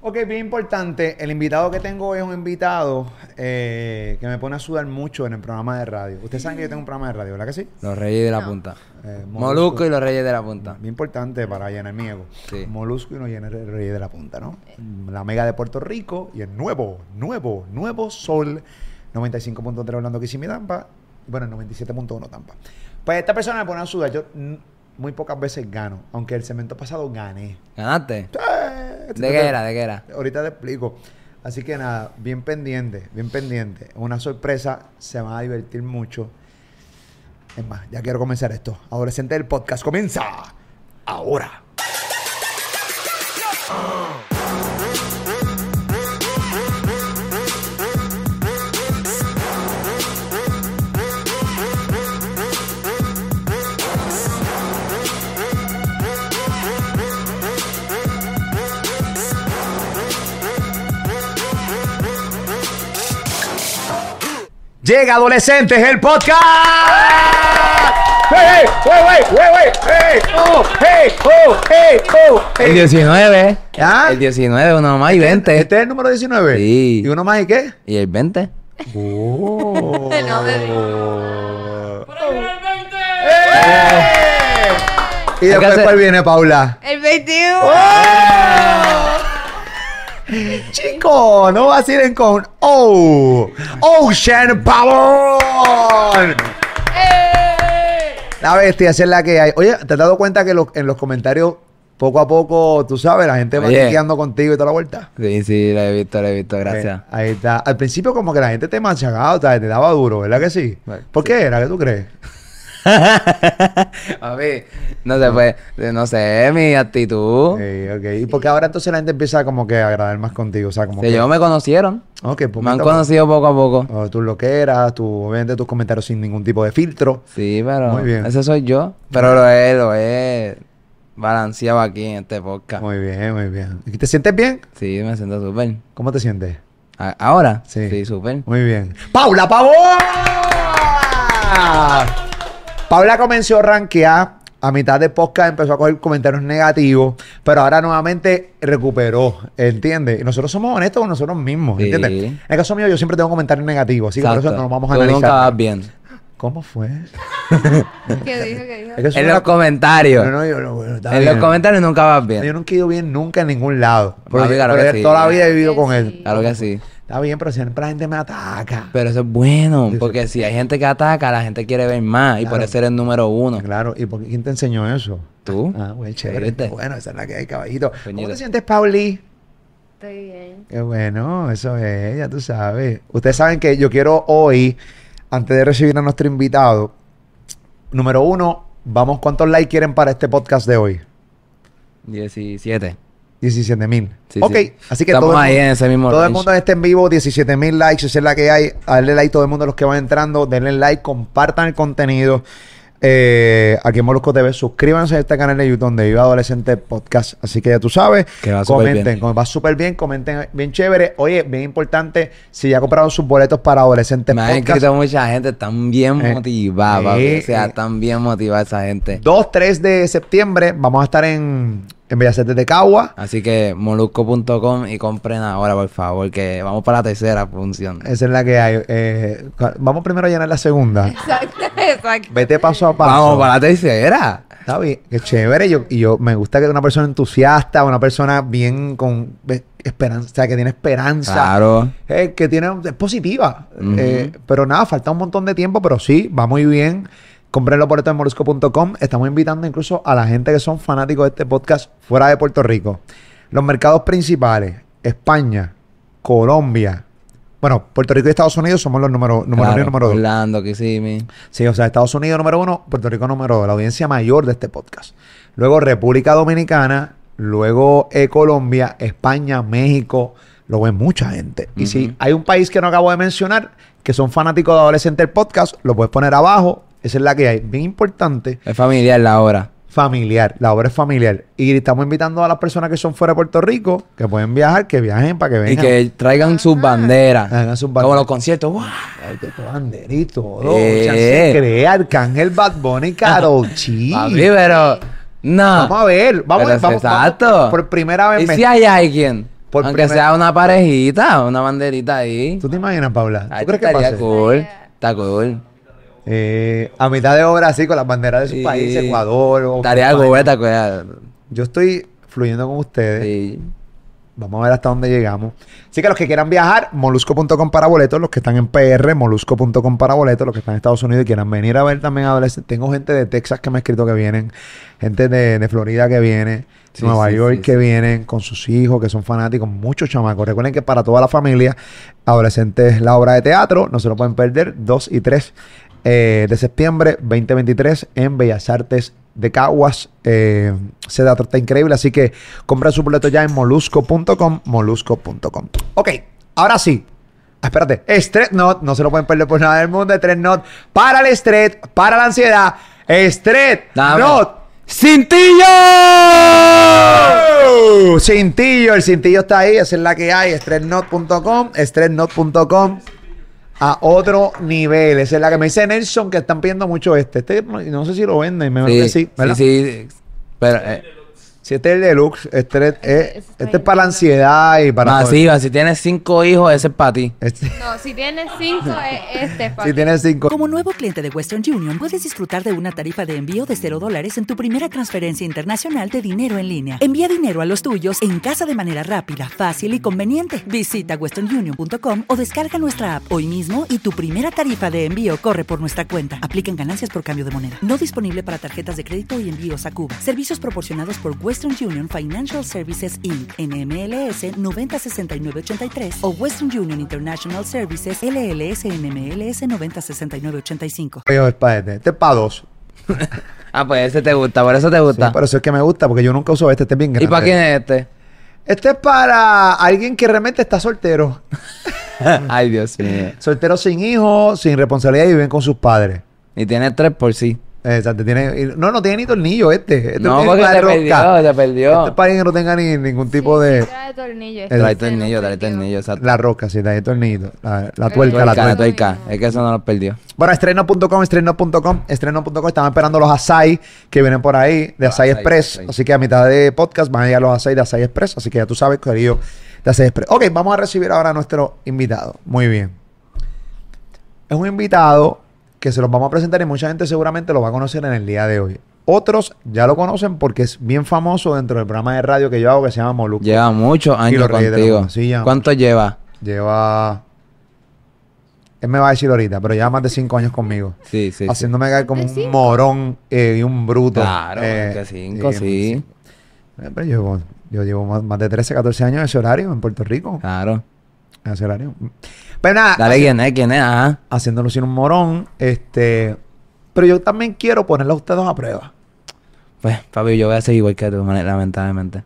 Ok, bien importante. El invitado que tengo hoy es un invitado eh, que me pone a sudar mucho en el programa de radio. Ustedes saben que yo tengo un programa de radio, ¿verdad que sí? Los Reyes de la Punta. Eh, Molusco y los Reyes de la Punta. Bien importante para llenar mi ego. Sí. Molusco y no llenar el rey de la punta, ¿no? La mega de Puerto Rico y el nuevo, nuevo, nuevo sol 95.3 Orlando Quisimidampa. Bueno, el 97.1 Tampa. Pues esta persona me pone a sudar. Yo mm, muy pocas veces gano, aunque el cemento pasado gané. ¿Ganaste? ¡Eh! ¿De qué era? ¿De qué era? Ahorita te explico. Así que nada, bien pendiente, bien pendiente. Una sorpresa, se van a divertir mucho. Es más, ya quiero comenzar esto. Adolescente del podcast comienza ahora. Llega Adolescentes el podcast. ¡Hey, hey, hey, hey, hey, hey, oh, hey, oh, hey, oh, El hey! 19. ¿Ah? El 19, uno más y 20. Este es el número 19. Sí. ¿Y uno más y qué? ¿Y el 20? Oh. No, bebé. ¡Eh! Y Hay que después hacer- cuál viene Paula. ¡Oh! El 21. Chico, no vacilen con O. Ocean Power. La bestia, esa es la que hay. Oye, ¿te has dado cuenta que los- en los comentarios, poco a poco, tú sabes, la gente va Oye. guiando contigo y toda la vuelta? Sí, sí, lo he visto, lo he visto, gracias. Eh, ahí está. Al principio como que la gente te machacaba, o sea, te daba duro, ¿verdad que sí? Bueno, ¿Por qué era? ¿Qué tú crees? A ver, no se puede, no sé, mi actitud. Ok, ok. ¿Y porque ahora entonces la gente empieza como que a agradar más contigo? O sea, como Si que... yo me conocieron. Ok, pues, poquito Me han más. conocido poco a poco. O tus oh, loqueras, tu, obviamente tus comentarios sin ningún tipo de filtro. Sí, pero Muy bien. ese soy yo. Pero lo he, lo he balanceado aquí en este podcast. Muy bien, muy bien. ¿Y ¿Te sientes bien? Sí, me siento súper. ¿Cómo te sientes? A- ¿Ahora? Sí. Sí, súper. Muy bien. ¡Paula Pavón! Paula comenzó a rankear. A mitad de podcast empezó a coger comentarios negativos, pero ahora nuevamente recuperó, ¿entiendes? Y nosotros somos honestos con nosotros mismos, Sí. ¿entiendes? En el caso mío, yo siempre tengo comentarios negativos, así que por eso no Exacto. nos vamos a Tú analizar. nunca vas bien. ¿Cómo fue? ¿Qué dijo? ¿Qué dijo? Es que eso En era- los comentarios. No, no, yo, no, bueno, está en los bien. comentarios nunca vas bien. Yo nunca he ido bien nunca en ningún lado. Pero, Papi, claro pero que yo sí. toda la vida he vivido con él. Claro que sí. Está bien, pero siempre la gente me ataca. Pero eso es bueno, porque si hay gente que ataca, la gente quiere ver más y por Claro. eso eres el número uno. Claro, ¿y por qué? quién te enseñó eso? ¿Tú? Ah, güey, Sí, chévere. ¿viste? Bueno, esa es la que hay, caballito. ¿Cómo Coñito. te sientes, Pauli? Estoy bien. Qué bueno, eso es, ya tú sabes. Ustedes saben que yo quiero hoy, antes de recibir a nuestro invitado, número uno, vamos, ¿cuántos likes quieren para este podcast de hoy? 17. 17 mil. Sí, ok, sí. así que Estamos todo, ahí el, mundo- en ese mismo todo el range. mundo está en vivo, 17 mil likes, esa es la que hay. Dale like todo el mundo, los que van entrando, denle like, compartan el contenido. Eh, aquí en Molusco TV, suscríbanse a este canal de YouTube donde vive Adolescente Podcast. Así que ya tú sabes, Que va súper comenten, bien. com- va súper bien, comenten bien chévere. Oye, bien importante, si ya compraron sus boletos para Adolescentes Me han Este Podcast, escrito mucha gente, están bien Eh, motivadas, papi. eh, o sea, eh. están bien motivada esa gente. 2-3 de septiembre, vamos a estar en, en Bellas Artes de Cagua. Así que molusco.com y compren ahora, por favor, que vamos para la tercera función. Esa es la que hay. Eh, cu- vamos primero a llenar la segunda. Exacto, exacto. Vete paso a paso. Vamos para la tercera. Está bien, qué chévere. Yo, y yo me gusta que una persona entusiasta, una persona bien con ve- esperanza, o sea, que tiene esperanza. Claro. Eh, que tiene, es positiva. Ujú. Eh, pero nada, falta un montón de tiempo, pero sí, va muy bien. Compren los boletos en molusco.com. Estamos invitando incluso a la gente que son fanáticos de este podcast fuera de Puerto Rico. Los mercados principales, España, Colombia. Bueno, Puerto Rico y Estados Unidos somos los número, número uno y claro. número dos. Orlando, Kissimmee. Sí, o sea, Estados Unidos número uno, Puerto Rico número dos, la audiencia mayor de este podcast. Luego República Dominicana, luego eh, Colombia, España, México, lo ven mucha gente. Y si hay un país que no acabo de mencionar, que son fanáticos de Adolescente el Podcast, lo puedes poner abajo. Esa es la que hay. Bien importante, Es familiar la hora. familiar. La obra es familiar. Y estamos invitando a las personas que son fuera de Puerto Rico, que pueden viajar, que viajen para que vengan. Y que traigan sus banderas. Hagan sus Como banderas. los conciertos. ¡guau! Ay, qué banderito, todo. Eh. Chance crea Arcángel Bad Bunny Karol G. Papi, pero. No. Vamos a ver, vamos a Ah. Pero ver. Vamos, exacto. vamos- por primera vez. ¿Y me- si hay alguien? Por Aunque primer- sea una parejita, una banderita ahí. ¿Tú te imaginas, Paula? Ay, ¿Tú crees que estaría pase? cool. Está cool. Eh, a mitad de obra, así, con las banderas de su Sí. país, Ecuador. o- Estaría España. cool, está cool. Yo estoy fluyendo con ustedes. Sí. Vamos a ver hasta dónde llegamos. Así que los que quieran viajar, molusco.com para boletos, los que están en PR, molusco.com para boletos, los que están en Estados Unidos y quieran venir a ver también adolescentes. Tengo gente de Texas que me ha escrito que vienen, gente de, de Florida que viene, Sí, Nueva sí, York sí, que sí. vienen con sus hijos, que son fanáticos, muchos chamacos. Recuerden que para toda la familia, adolescentes es la obra de teatro, no se lo pueden perder, 2 y 3 eh, de septiembre 2023 en Bellas Artes de Caguas. Eh, ese dato está increíble, así que compra su boleto ya en molusco.com, molusco.com. Ok, ahora sí. Ah, Espérate, Stretch Not, no se lo pueden perder por nada del mundo, Stretch Not, para el estrés, para la ansiedad, Stretch Dame. Not. ¡Cintillo! Cintillo, el cintillo está ahí, esa es la que hay, stresnot.com, stresnot.com a otro nivel. Esa es la que me dice Nelson que están pidiendo mucho este. Este no, no sé si lo venden, me parece Sí, que sí, sí, ¿verdad? sí. Pero, eh, Si este es el deluxe, este, es- eh, ese está este es para la ansiedad y para... masiva, si tienes cinco hijos, ese es para ti. Este- No, si tienes cinco, es este, si papi. tienes cinco... Como nuevo cliente de Western Union, puedes disfrutar de una tarifa de envío de 0 dólares en tu primera transferencia internacional de dinero en línea. Envía dinero a los tuyos en casa de manera rápida, fácil y conveniente. Visita westernunion.com o descarga nuestra app hoy mismo y tu primera tarifa de envío corre por nuestra cuenta. Aplican ganancias por cambio de moneda. No disponible para tarjetas de crédito y envíos a Cuba. Servicios proporcionados por Western Union Financial Services Inc. NMLS 906983 o Western Union International Services LLS NMLS 906985. Oye, es para este. Este es para dos. Ah, pues ese te gusta, por eso te Sí, gusta. por eso es que me gusta, porque yo nunca uso este, este es bien grande. ¿Y para quién es este? Este es para alguien que realmente está soltero. Ay, Dios mío. Soltero sin hijos, sin responsabilidad y viven con sus padres. Y tiene tres por sí. Exacto, tiene. y- No, no tiene ni tornillo este. Este No, tiene porque para se rosca. perdió, se perdió. Este es para que no tenga ni, ningún tipo de. Trae tornillo. este Trae sí, no tornillo, trae perdió. tornillo, exacto. La roca, sí, trae tornillo. La, la tuerca, la tuerca, tuerca. la tuerca. Es que eso no lo perdió. Bueno, estreno.com, estreno.com, estreno.com. Están esperando los Asai que vienen por ahí de Asai Açaí, Express. Açaí. Así que a mitad de podcast van a llegar los Asai de Asai Express. Así que ya tú sabes, querido, de Asai Express. Ok, vamos a recibir ahora a nuestro invitado. Muy bien. Es un invitado que se los vamos a presentar y mucha gente seguramente lo va a conocer en el día de hoy. Otros ya lo conocen porque es bien famoso dentro del programa de radio que yo hago que se llama Molusco. Lleva muchos años los Reyes de la contigo. Masilla. ¿Cuánto lleva? Lleva... Él me va a decir ahorita, pero lleva más de cinco años conmigo. Sí, sí. sí. haciéndome caer como un Cinco. morón eh, y un bruto. Claro, Eh, que cinco, y- sí. Eh, pero yo, yo llevo más, más de 13, 14 años en ese horario en Puerto Rico. Claro. En ese horario. Pero nada, Ah. Dale quién es, quién es, ajá. haciendo lucir un morón. Este, pero yo también quiero ponerlo a ustedes a prueba. Pues, papi, yo voy a seguir igual que tú, man- lamentablemente.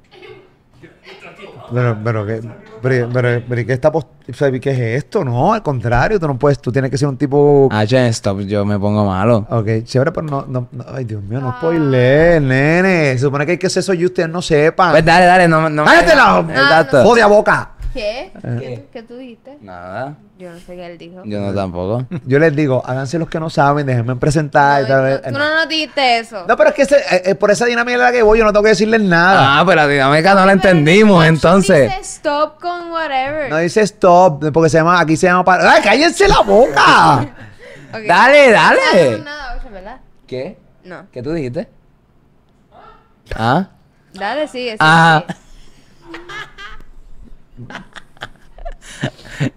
Pero, pero, ¿qué, pero, pero- pero ¿y qué, está pos- o sea, ¿qué es esto? No, al contrario, tú no puedes, tú tienes que ser un tipo... Ah, Jen, stop, yo me pongo malo. Ok, chévere, pero no, no, no- ay Dios mío, no spoiler, nene. Se supone que hay que hacer eso y ustedes no sepan. Pues dale, dale, no, Ah, no. Ah. ¡Cállate la- Exacto. ¡Jode a boca! ¿Qué? ¿Qué? ¿Qué tú dijiste? Nada. Yo no sé qué él dijo. Yo no tampoco. Yo les digo, háganse los que no saben, déjenme presentar. No, y tal, no, eh, tú no nos dijiste eso. no. No, pero es que ese- eh, eh, por esa dinámica en la que voy, yo no tengo que decirles nada. Ah, pero la dinámica no la Pero entendimos, dice- entonces. dice stop con whatever. No dice stop, porque se llama, aquí se llama para. ¡Ay, cállense la boca! Ok. Ah, Dale, No, no, dale. nada, ocho, ¿verdad? ¿Qué? No. ¿Qué tú dijiste? ¿Ah? Dale, sigue, sigue. Ah. sigue.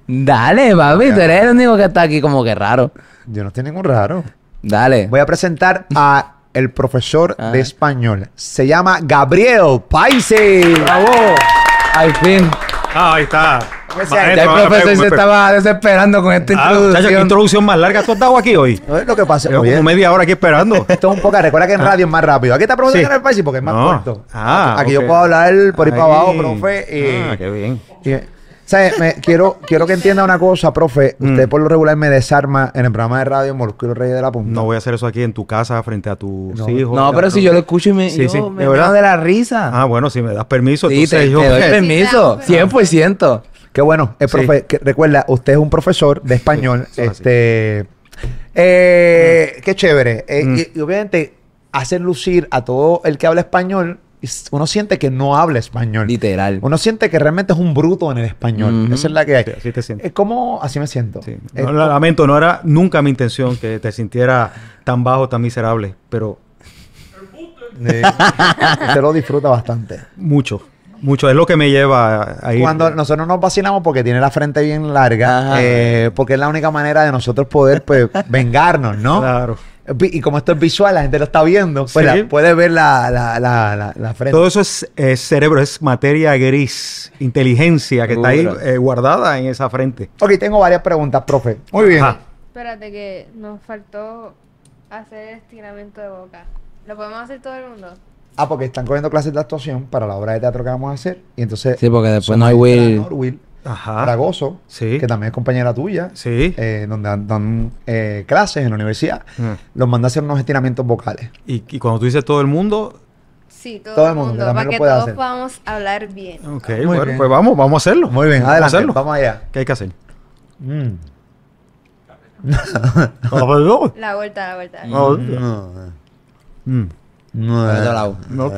Dale, papi, tú eres el único que está aquí como que raro. Yo no estoy ningún raro. Dale. Voy a presentar a el profesor Ah. de español. Se llama Gabriel Paise. ¡Bravo! Al fin. Ah, ahí está. sea, Ya el profesor se estaba desesperando con esta pues. Ah, muchacho, ¿qué introducción. introducción más larga tú has dado aquí hoy? ¿No es lo que pasa? Llevo Oye, como media hora aquí esperando. esto es un poco... Recuerda que en radio es más rápido. Aquí está profesor Sí. Gabriel Paise porque es más No. corto. Ah, Aquí ok. yo puedo hablar por ahí para abajo, Ahí. profe. eh, Ah, qué bien. Y- ¿Sabes? Me- quiero, quiero que entienda una cosa, profe. Mm. Usted por lo regular me desarma en el programa de radio Molusco y los Reyes de la Punta. No voy a hacer eso aquí en tu casa frente a tus No. hijos. No, pero si yo lo escucho y me, Sí, yo sí, me de verdad. meo de la risa. Ah, bueno, si me das permiso, sí, te, entonces yo... te doy damos, permiso. pero- 100%. Qué bueno. Eh, Sí. profe, que- recuerda, usted es un profesor de español. eso es así. este, eh, Qué chévere. Eh, Mm. y, y obviamente hacen lucir a todo el que habla español. y s- Uno siente que no habla español. Literal. Uno siente que realmente es un bruto en el español. Ujú. Esa es la que hay. Mm-hmm. Sí, así te sientes. Es como así me siento. Sí. Eh, No, la- lamento, no era nunca mi intención que te sintiera tan bajo, tan miserable, pero eh, usted lo disfruta bastante. mucho, mucho. Es lo que me lleva a ir. Cuando nosotros nos vacilamos porque tiene la frente bien larga, Ajá. eh, porque es la única manera de nosotros poder pues, vengarnos, ¿no? Claro. Vi- Y como esto es visual, la gente lo está viendo, pues Sí. la- puede ver la, la, la, la, la frente. Todo eso es, es cerebro, es materia gris, inteligencia que está ahí Seguro. eh, guardada en esa frente. Ok, tengo varias preguntas, profe. Muy bien. Espérate que nos faltó hacer estiramiento de boca. ¿Lo podemos hacer todo el mundo? Ah, porque están cogiendo clases de actuación para la obra de teatro que vamos a hacer. Y entonces. pues, Sí, porque después su no hay maestra, Will. Norwill Ajá. Fragoso, Ah, Sí. que también es compañera tuya, Sí. eh, donde dan- dan eh, clases en la universidad, Mm. los manda a hacer unos estiramientos vocales. Y, y cuando tú dices todo el mundo, Sí, todo, Todo el mundo. también para lo que puede todos hacer. podamos hablar bien. ok, Muy bueno, bien. pues vamos, vamos a hacerlo. Muy bien, Vamos a adelante, hacerlo. vamos allá. ¿Qué hay que hacer? Mm. pues, La vuelta, la vuelta. No, Mm. no, Por otro lado. No.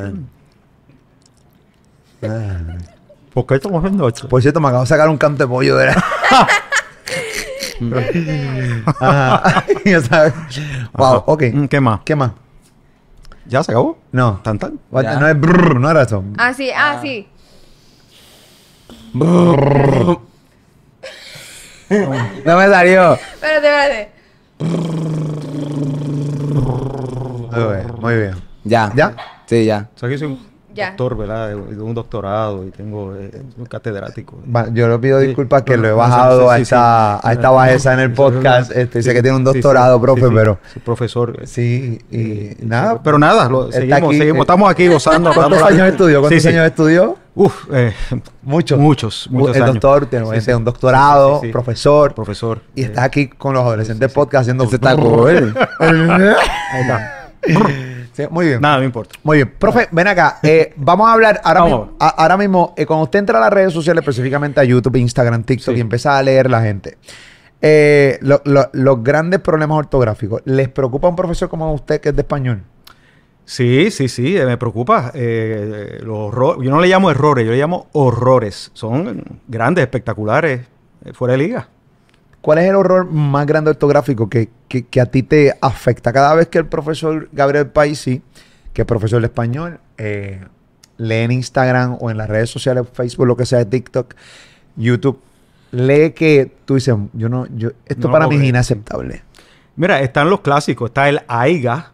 ¿Por Pues, qué estamos haciendo esto? Por cierto, me acabo de sacar un canto de pollo de la... Este, Ajá. Ya sabes. Wow, ok. Mm, ¿Qué más? ¿Qué más? ¿Ya se acabó? No. ¿Tan tan? What- Ya. No es brrr, no era eso. ah, sí, ah, sí. No me salió. Espérate, espérate. Muy bien, muy bien. Ya. ¿Ya? Sí, ya. O sea, que soy un Ya. doctor, ¿verdad? De- de un doctorado y tengo eh, soy un catedrático. Va, Yo le pido Sí. disculpas que No, lo he no, bajado sí, sí, a, sí, esta, sí. a esta bajeza en el podcast. Este, sé que tiene un doctorado, profe, pero... Sí, profesor. eh, Sí, y nada. Pero nada, lo- Está seguimos, aquí, seguimos. eh, Estamos aquí gozando. ¿Cuántos hablando- años estudió? ¿Cuántos Sí, sí. años estudió? Uf, eh, Muchos. Muchos, muchos El años. doctor tiene Sí, gente, sí. un doctorado, Sí, sí, sí. profesor. profesor. Eh. Y está aquí con los adolescentes podcast haciendo... Ese está cool. Ahí está. Sí, muy bien. Nada, no importa. Muy bien. Profe, ven acá. Eh, vamos a hablar ahora, Vamos. mismo, a- ahora mismo, eh, cuando usted entra a las redes sociales, específicamente a YouTube, Instagram, TikTok, Sí. y empieza a leer la gente. eh, lo- lo- los grandes problemas ortográficos, ¿les preocupa a un profesor como usted que es de español? Sí, sí, sí, eh, me preocupa. eh, los horro- yo no le llamo errores, yo le llamo horrores. Son grandes, espectaculares, eh, fuera de liga. ¿Cuál es el horror más grande ortográfico que, que- que a ti te afecta cada vez que el profesor Gabriel Paisi, que es profesor de español, eh, lee en Instagram o en las redes sociales, Facebook, lo que sea, TikTok, YouTube, lee que tú dices, yo no, yo, esto No lo para puedo mí es creer. inaceptable? Mira, están los clásicos. Está el Aiga,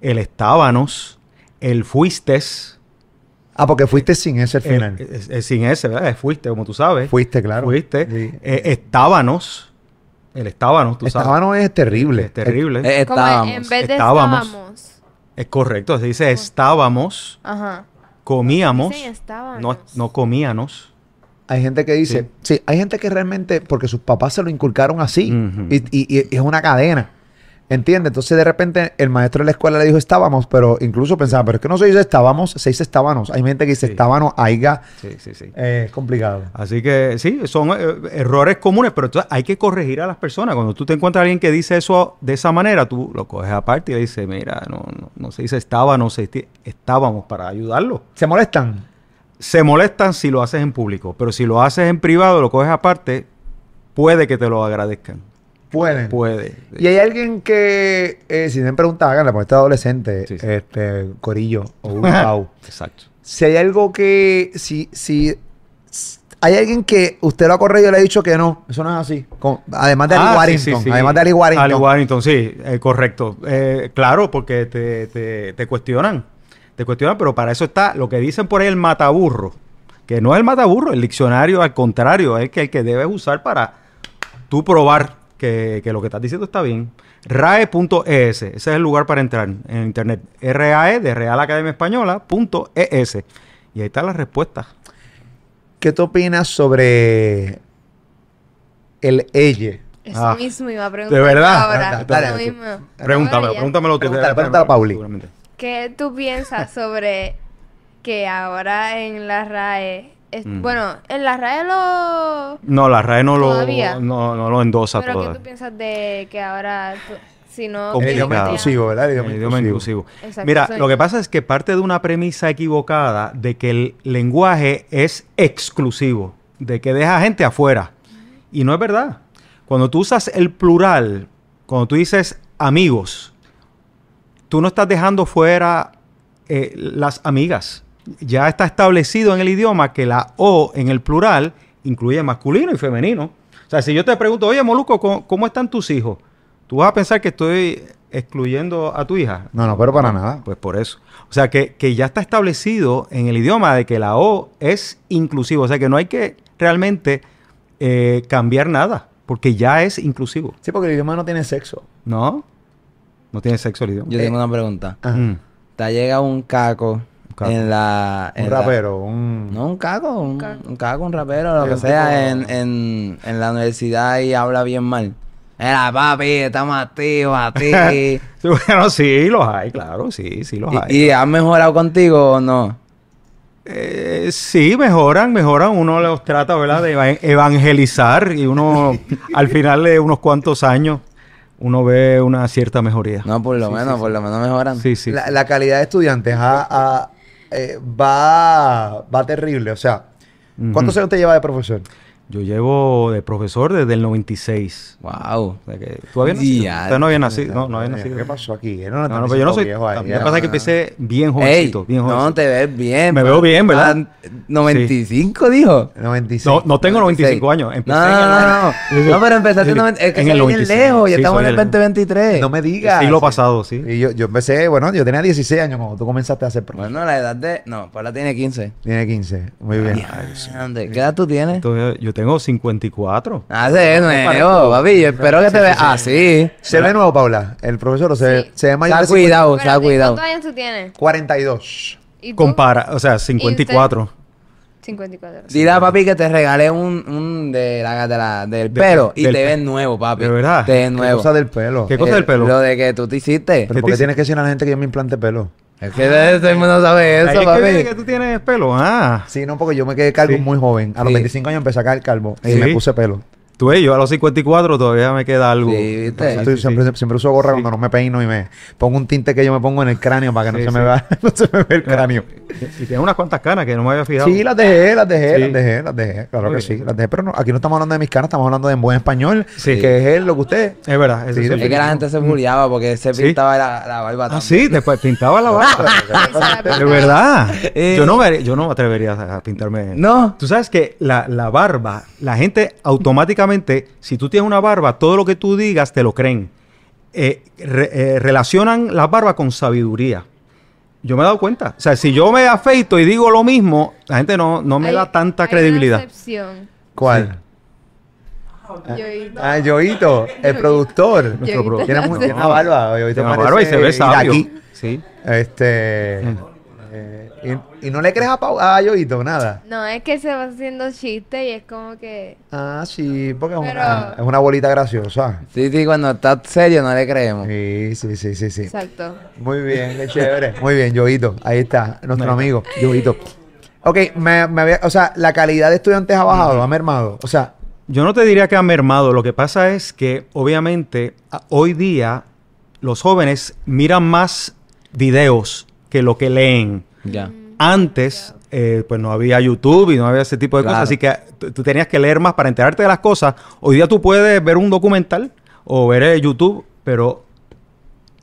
el Estábanos, el Fuistes. Ah, porque fuiste sin ese al eh, final. eh, eh, sin ese, ¿verdad? Es Fuiste, como tú sabes. fuiste, claro. Fuiste. Sí. Eh, estábanos. El Estábanos, tú sabes. Estábamos es terrible. Es terrible. Eh, Como en- en Estábamos. vez de estábamos. estábamos. Es correcto. Se dice estábamos, Ajá. comíamos. Dicen estábamos. No, no comíanos. Hay gente que dice, sí. hay gente que realmente, porque sus papás se lo inculcaron así, Ujú. y, y- y es una cadena. ¿Entiendes? Entonces de repente el maestro de la escuela le dijo estábamos, pero incluso pensaba, pero es que no se dice estábamos, se dice estábanos. Hay gente que dice Sí. estábano, aiga, Sí, sí, sí. eh, es complicado. Así que sí, son eh, errores comunes, pero entonces hay que corregir a las personas. Cuando tú te encuentras a alguien que dice eso de esa manera, tú lo coges aparte y le dices, mira, no, no, no se dice estábamos, se dice estábamos para ayudarlo. ¿Se molestan? Se molestan si lo haces en público, pero si lo haces en privado, lo coges aparte, puede que te lo agradezcan. Pueden. Puede. Y hay alguien que, eh, si me preguntan, háganla, porque está adolescente, Sí, sí. este, Corillo o Urpau. Exacto. si hay algo que, si, si, s- hay alguien que usted lo ha corregido y le ha dicho que no, eso no es así. Con- además de Ah, Ali sí, Warrington, sí, sí. además de Ali Warrington. Ali Warrington, sí, eh, correcto. Eh, claro, porque te, te- te cuestionan. Te cuestionan, pero para eso está lo que dicen por ahí el mataburro. Que no es el mataburro, el diccionario, al contrario, es el que, el que debes usar para tú probar que, que lo que estás diciendo está bien. RAE.es, ese es el lugar para entrar en internet. RAE de Real Academia Española, punto ES. Y ahí está la respuesta. ¿Qué tú opinas sobre el elle? Eso Ah, mismo iba a preguntar. verdad? Ahora. Dale, Eso dale, tú. mismo. Pregúntamelo, Ahora ya. pregúntamelo tú. Pregúntale, pregúntale a Pauli. Seguramente. ¿Qué tú piensas sobre que ahora en la RAE... es- Mm. Bueno, en la RAE lo... No, la RAE no lo, Todavía. no, no lo endosa Pero ¿qué todo. tú piensas de que ahora tú- si no... Complicado. El idioma tienes que- inclusivo, ¿verdad? El El idioma, Eh, idioma inclusivo. inclusivo. Exacto, Mira, soy lo que yo. pasa es que parte de una premisa equivocada de que el lenguaje es exclusivo, de que deja gente afuera. Y no es verdad. Cuando tú usas el plural, cuando tú dices amigos, tú no estás dejando fuera eh, las amigas. Ya está establecido en el idioma que la O en el plural incluye masculino y femenino. O sea, si yo te pregunto, oye, Moluco, ¿cómo, cómo están tus hijos? ¿Tú vas a pensar que estoy excluyendo a tu hija? No, no, pero para nada. Pues por eso. O sea, que, que ya está establecido en el idioma de que la O es inclusivo. O sea, que no hay que realmente eh, cambiar nada, porque ya es inclusivo. Sí, porque el idioma no tiene sexo. ¿No? No tiene sexo el idioma. Yo tengo una pregunta. Ajá. Mm. Te ha llegado un caco, caco. en la... Un en la- rapero, un... No, un caco, un, caco. un caco, un rapero, lo Sí, que un sea, tipo- en, en, en la universidad y habla bien mal. Era papi, estamos activos, a ti. Sí, bueno, sí, los hay, claro, sí, sí los hay. ¿Y, y has mejorado contigo o no? Eh, sí, mejoran, mejoran. Uno los trata, ¿verdad?, de eva- evangelizar y uno, al final de unos cuantos años, uno ve una cierta mejoría. No, por lo menos, por lo menos mejoran. Sí, sí. La, la calidad de estudiantes ha- ha- eh, va, va terrible. O sea, ¿cuántos Ujú. años te lleva de profesor? Yo llevo de profesor desde el 96. Wow. O sea que tú habías nacido. Ya. Usted no había nacido. No, no había nacido. ¿Qué pasó aquí? No, no, pero yo no soy. viejo ahí. Lo que pasa es que empecé bien Ey, jovencito. bien no, jovencito. te ves bien. Me pa- veo bien, ¿verdad? Ah, 95, dijo. 96. No, no tengo 95 96. años. Empecé no, en no, el no, no, no. pero empezaste en, en- 90 es que en se el ve bien 96. lejos y Sí, estamos en soy el el- 2023. No me El digas. siglo pasado, sí. Y yo, yo empecé, bueno, yo tenía 16 años cuando tú comenzaste a ser profesor. Bueno, la edad de... No, Paula tiene 15. Tiene 15. Muy bien. Ande, ¿Qué edad tú tienes? Entonces, yo tengo 54. Ah, se ve nuevo, papi. Yo espero que te Ah, veas así. ¿Se ve nuevo, Paula? El profesor o se, Sí. se ve Se mayor ha de 50? cuidado, se ha Espérate, cuidado. ¿Cuántos años tú tienes? 42. ¿Y tú? Compara, o sea, 54. 54. Dile a papi que te regalé un, un de la, de la- del De- pelo y del te pe- ves nuevo, papi. ¿De verdad? Te ¿Qué ves nuevo. cosa del pelo? ¿Qué cosa Eh, del pelo? Lo de que tú te hiciste. ¿Pero por qué tienes que decir a la gente que yo me implante pelo? Es que todo el mundo sabe Ahí eso, es que viene que papi. tú tienes pelo. Ah. Sí, no, porque yo me quedé calvo Sí. muy joven. A los Sí. 25 años empecé a caer calvo y Sí. me puse pelo. Tú ves, yo a los 54 todavía me queda algo. Sí, viste. Estoy- siempre, siempre uso gorra cuando no me peino y me pongo un tinte que yo me pongo en el cráneo para que Sí, no, se me sí. vea, no se me vea el cráneo. Y tienes unas cuantas canas que no me había fijado. Sí, las dejé, las dejé, Sí. las dejé, las dejé. Claro Muy que bien. sí, las dejé. Pero no, aquí no estamos hablando de mis caras, estamos hablando de en buen español, Sí. que es él, lo que usted. Es verdad. eso Sí, sí. Es que la gente se muriaba porque se Sí. pintaba la, la barba Ah, tan- sí, te pa- pintaba la barba. De verdad. Eh. Yo, no me, haré- yo no me atrevería a a pintarme. No. Tú sabes que la, la barba, la gente automáticamente, si tú tienes una barba, todo lo que tú digas te lo creen. Eh, re- eh, relacionan la barba con sabiduría. Yo me he dado cuenta. O sea, si yo me afeito y digo lo mismo, la gente no, no me Hay- da tanta hay una credibilidad. excepción. ¿Cuál? Yo y- Ah, Yoito, el productor. Yoito. productor. Tiene, muy- tiene una barba. Yoito Tiene una barba y se ve parece sabio. Mm. iraquí. Sí. Este. eh, y, y no le crees a, Pau, a Yoito nada. No, es que se va haciendo chiste y es como que... Ah, sí, porque es, una, Pero- es una bolita graciosa. Sí, sí, cuando está serio no le creemos. Sí, sí, sí, sí, sí. Exacto. Muy bien, qué chévere. Muy bien, Yoito. Ahí está, nuestro amigo, Yoito. Ok, me, me había- o sea, la calidad de estudiantes ha bajado, ha mermado. O sea, Yo no te diría que ha mermado. Lo que pasa es que, obviamente, a- hoy día los jóvenes miran más videos que lo que leen. Ya. Antes, eh, pues no había YouTube y no había ese tipo de Claro. cosas. Así que t- tú tenías que leer más para enterarte de las cosas. Hoy día tú puedes ver un documental. o ver eh, YouTube, pero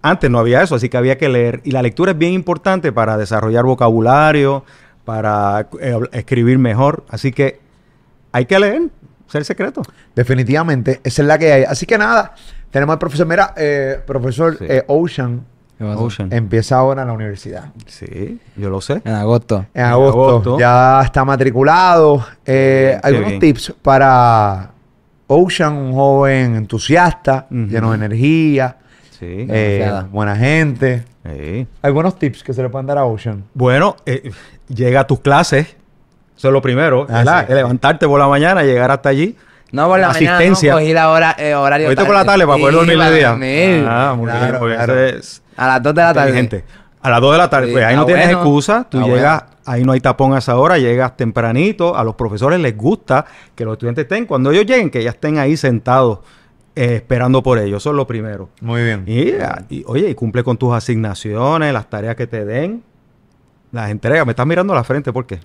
antes no había eso, así que había que leer. Y la lectura es bien importante para desarrollar vocabulario, para eh, habl- escribir mejor. Así que hay que leer, ese es el secreto. Definitivamente, esa es la que hay. Así que nada, tenemos al profesor. Mira, eh, profesor Sí. eh, Ocean ¿Qué pasó? Ocean. empieza ahora en la universidad. Sí, yo lo sé. En agosto. En agosto, agosto. ya está matriculado. Eh, Bien, qué algunos bien. tips para Ocean, un joven entusiasta, Ujú. lleno de energía, Sí. Eh, eh, Demasiada. buena gente. Sí. Algunos tips que se le pueden dar a Ocean. Bueno, eh, llega a tus clases. Eso es lo primero. Ah, ¿verdad? sí. Levantarte por la mañana, llegar hasta allí. No, por la mañana Asistencia. no, cogí la hora, eh, horario Ahorita por la tarde para poder Sí, dormir para de día. dormir. Ah, muy bien, Claro, porque claro. eso es a las 2 de la tarde. inteligente. A las 2 de la tarde, Sí, pues ahí no está tienes bueno. Ah, excusa, tú Está llegas, ahí no hay tapón a esa hora, llegas tempranito, a los profesores les gusta que los estudiantes estén, cuando ellos lleguen, que ya estén ahí sentados eh, esperando por ellos, eso es lo primero. Muy bien. Y, ah, y, oye, y cumple con tus asignaciones, las tareas que te den, las entregas. Me estás mirando a la frente, ¿por qué?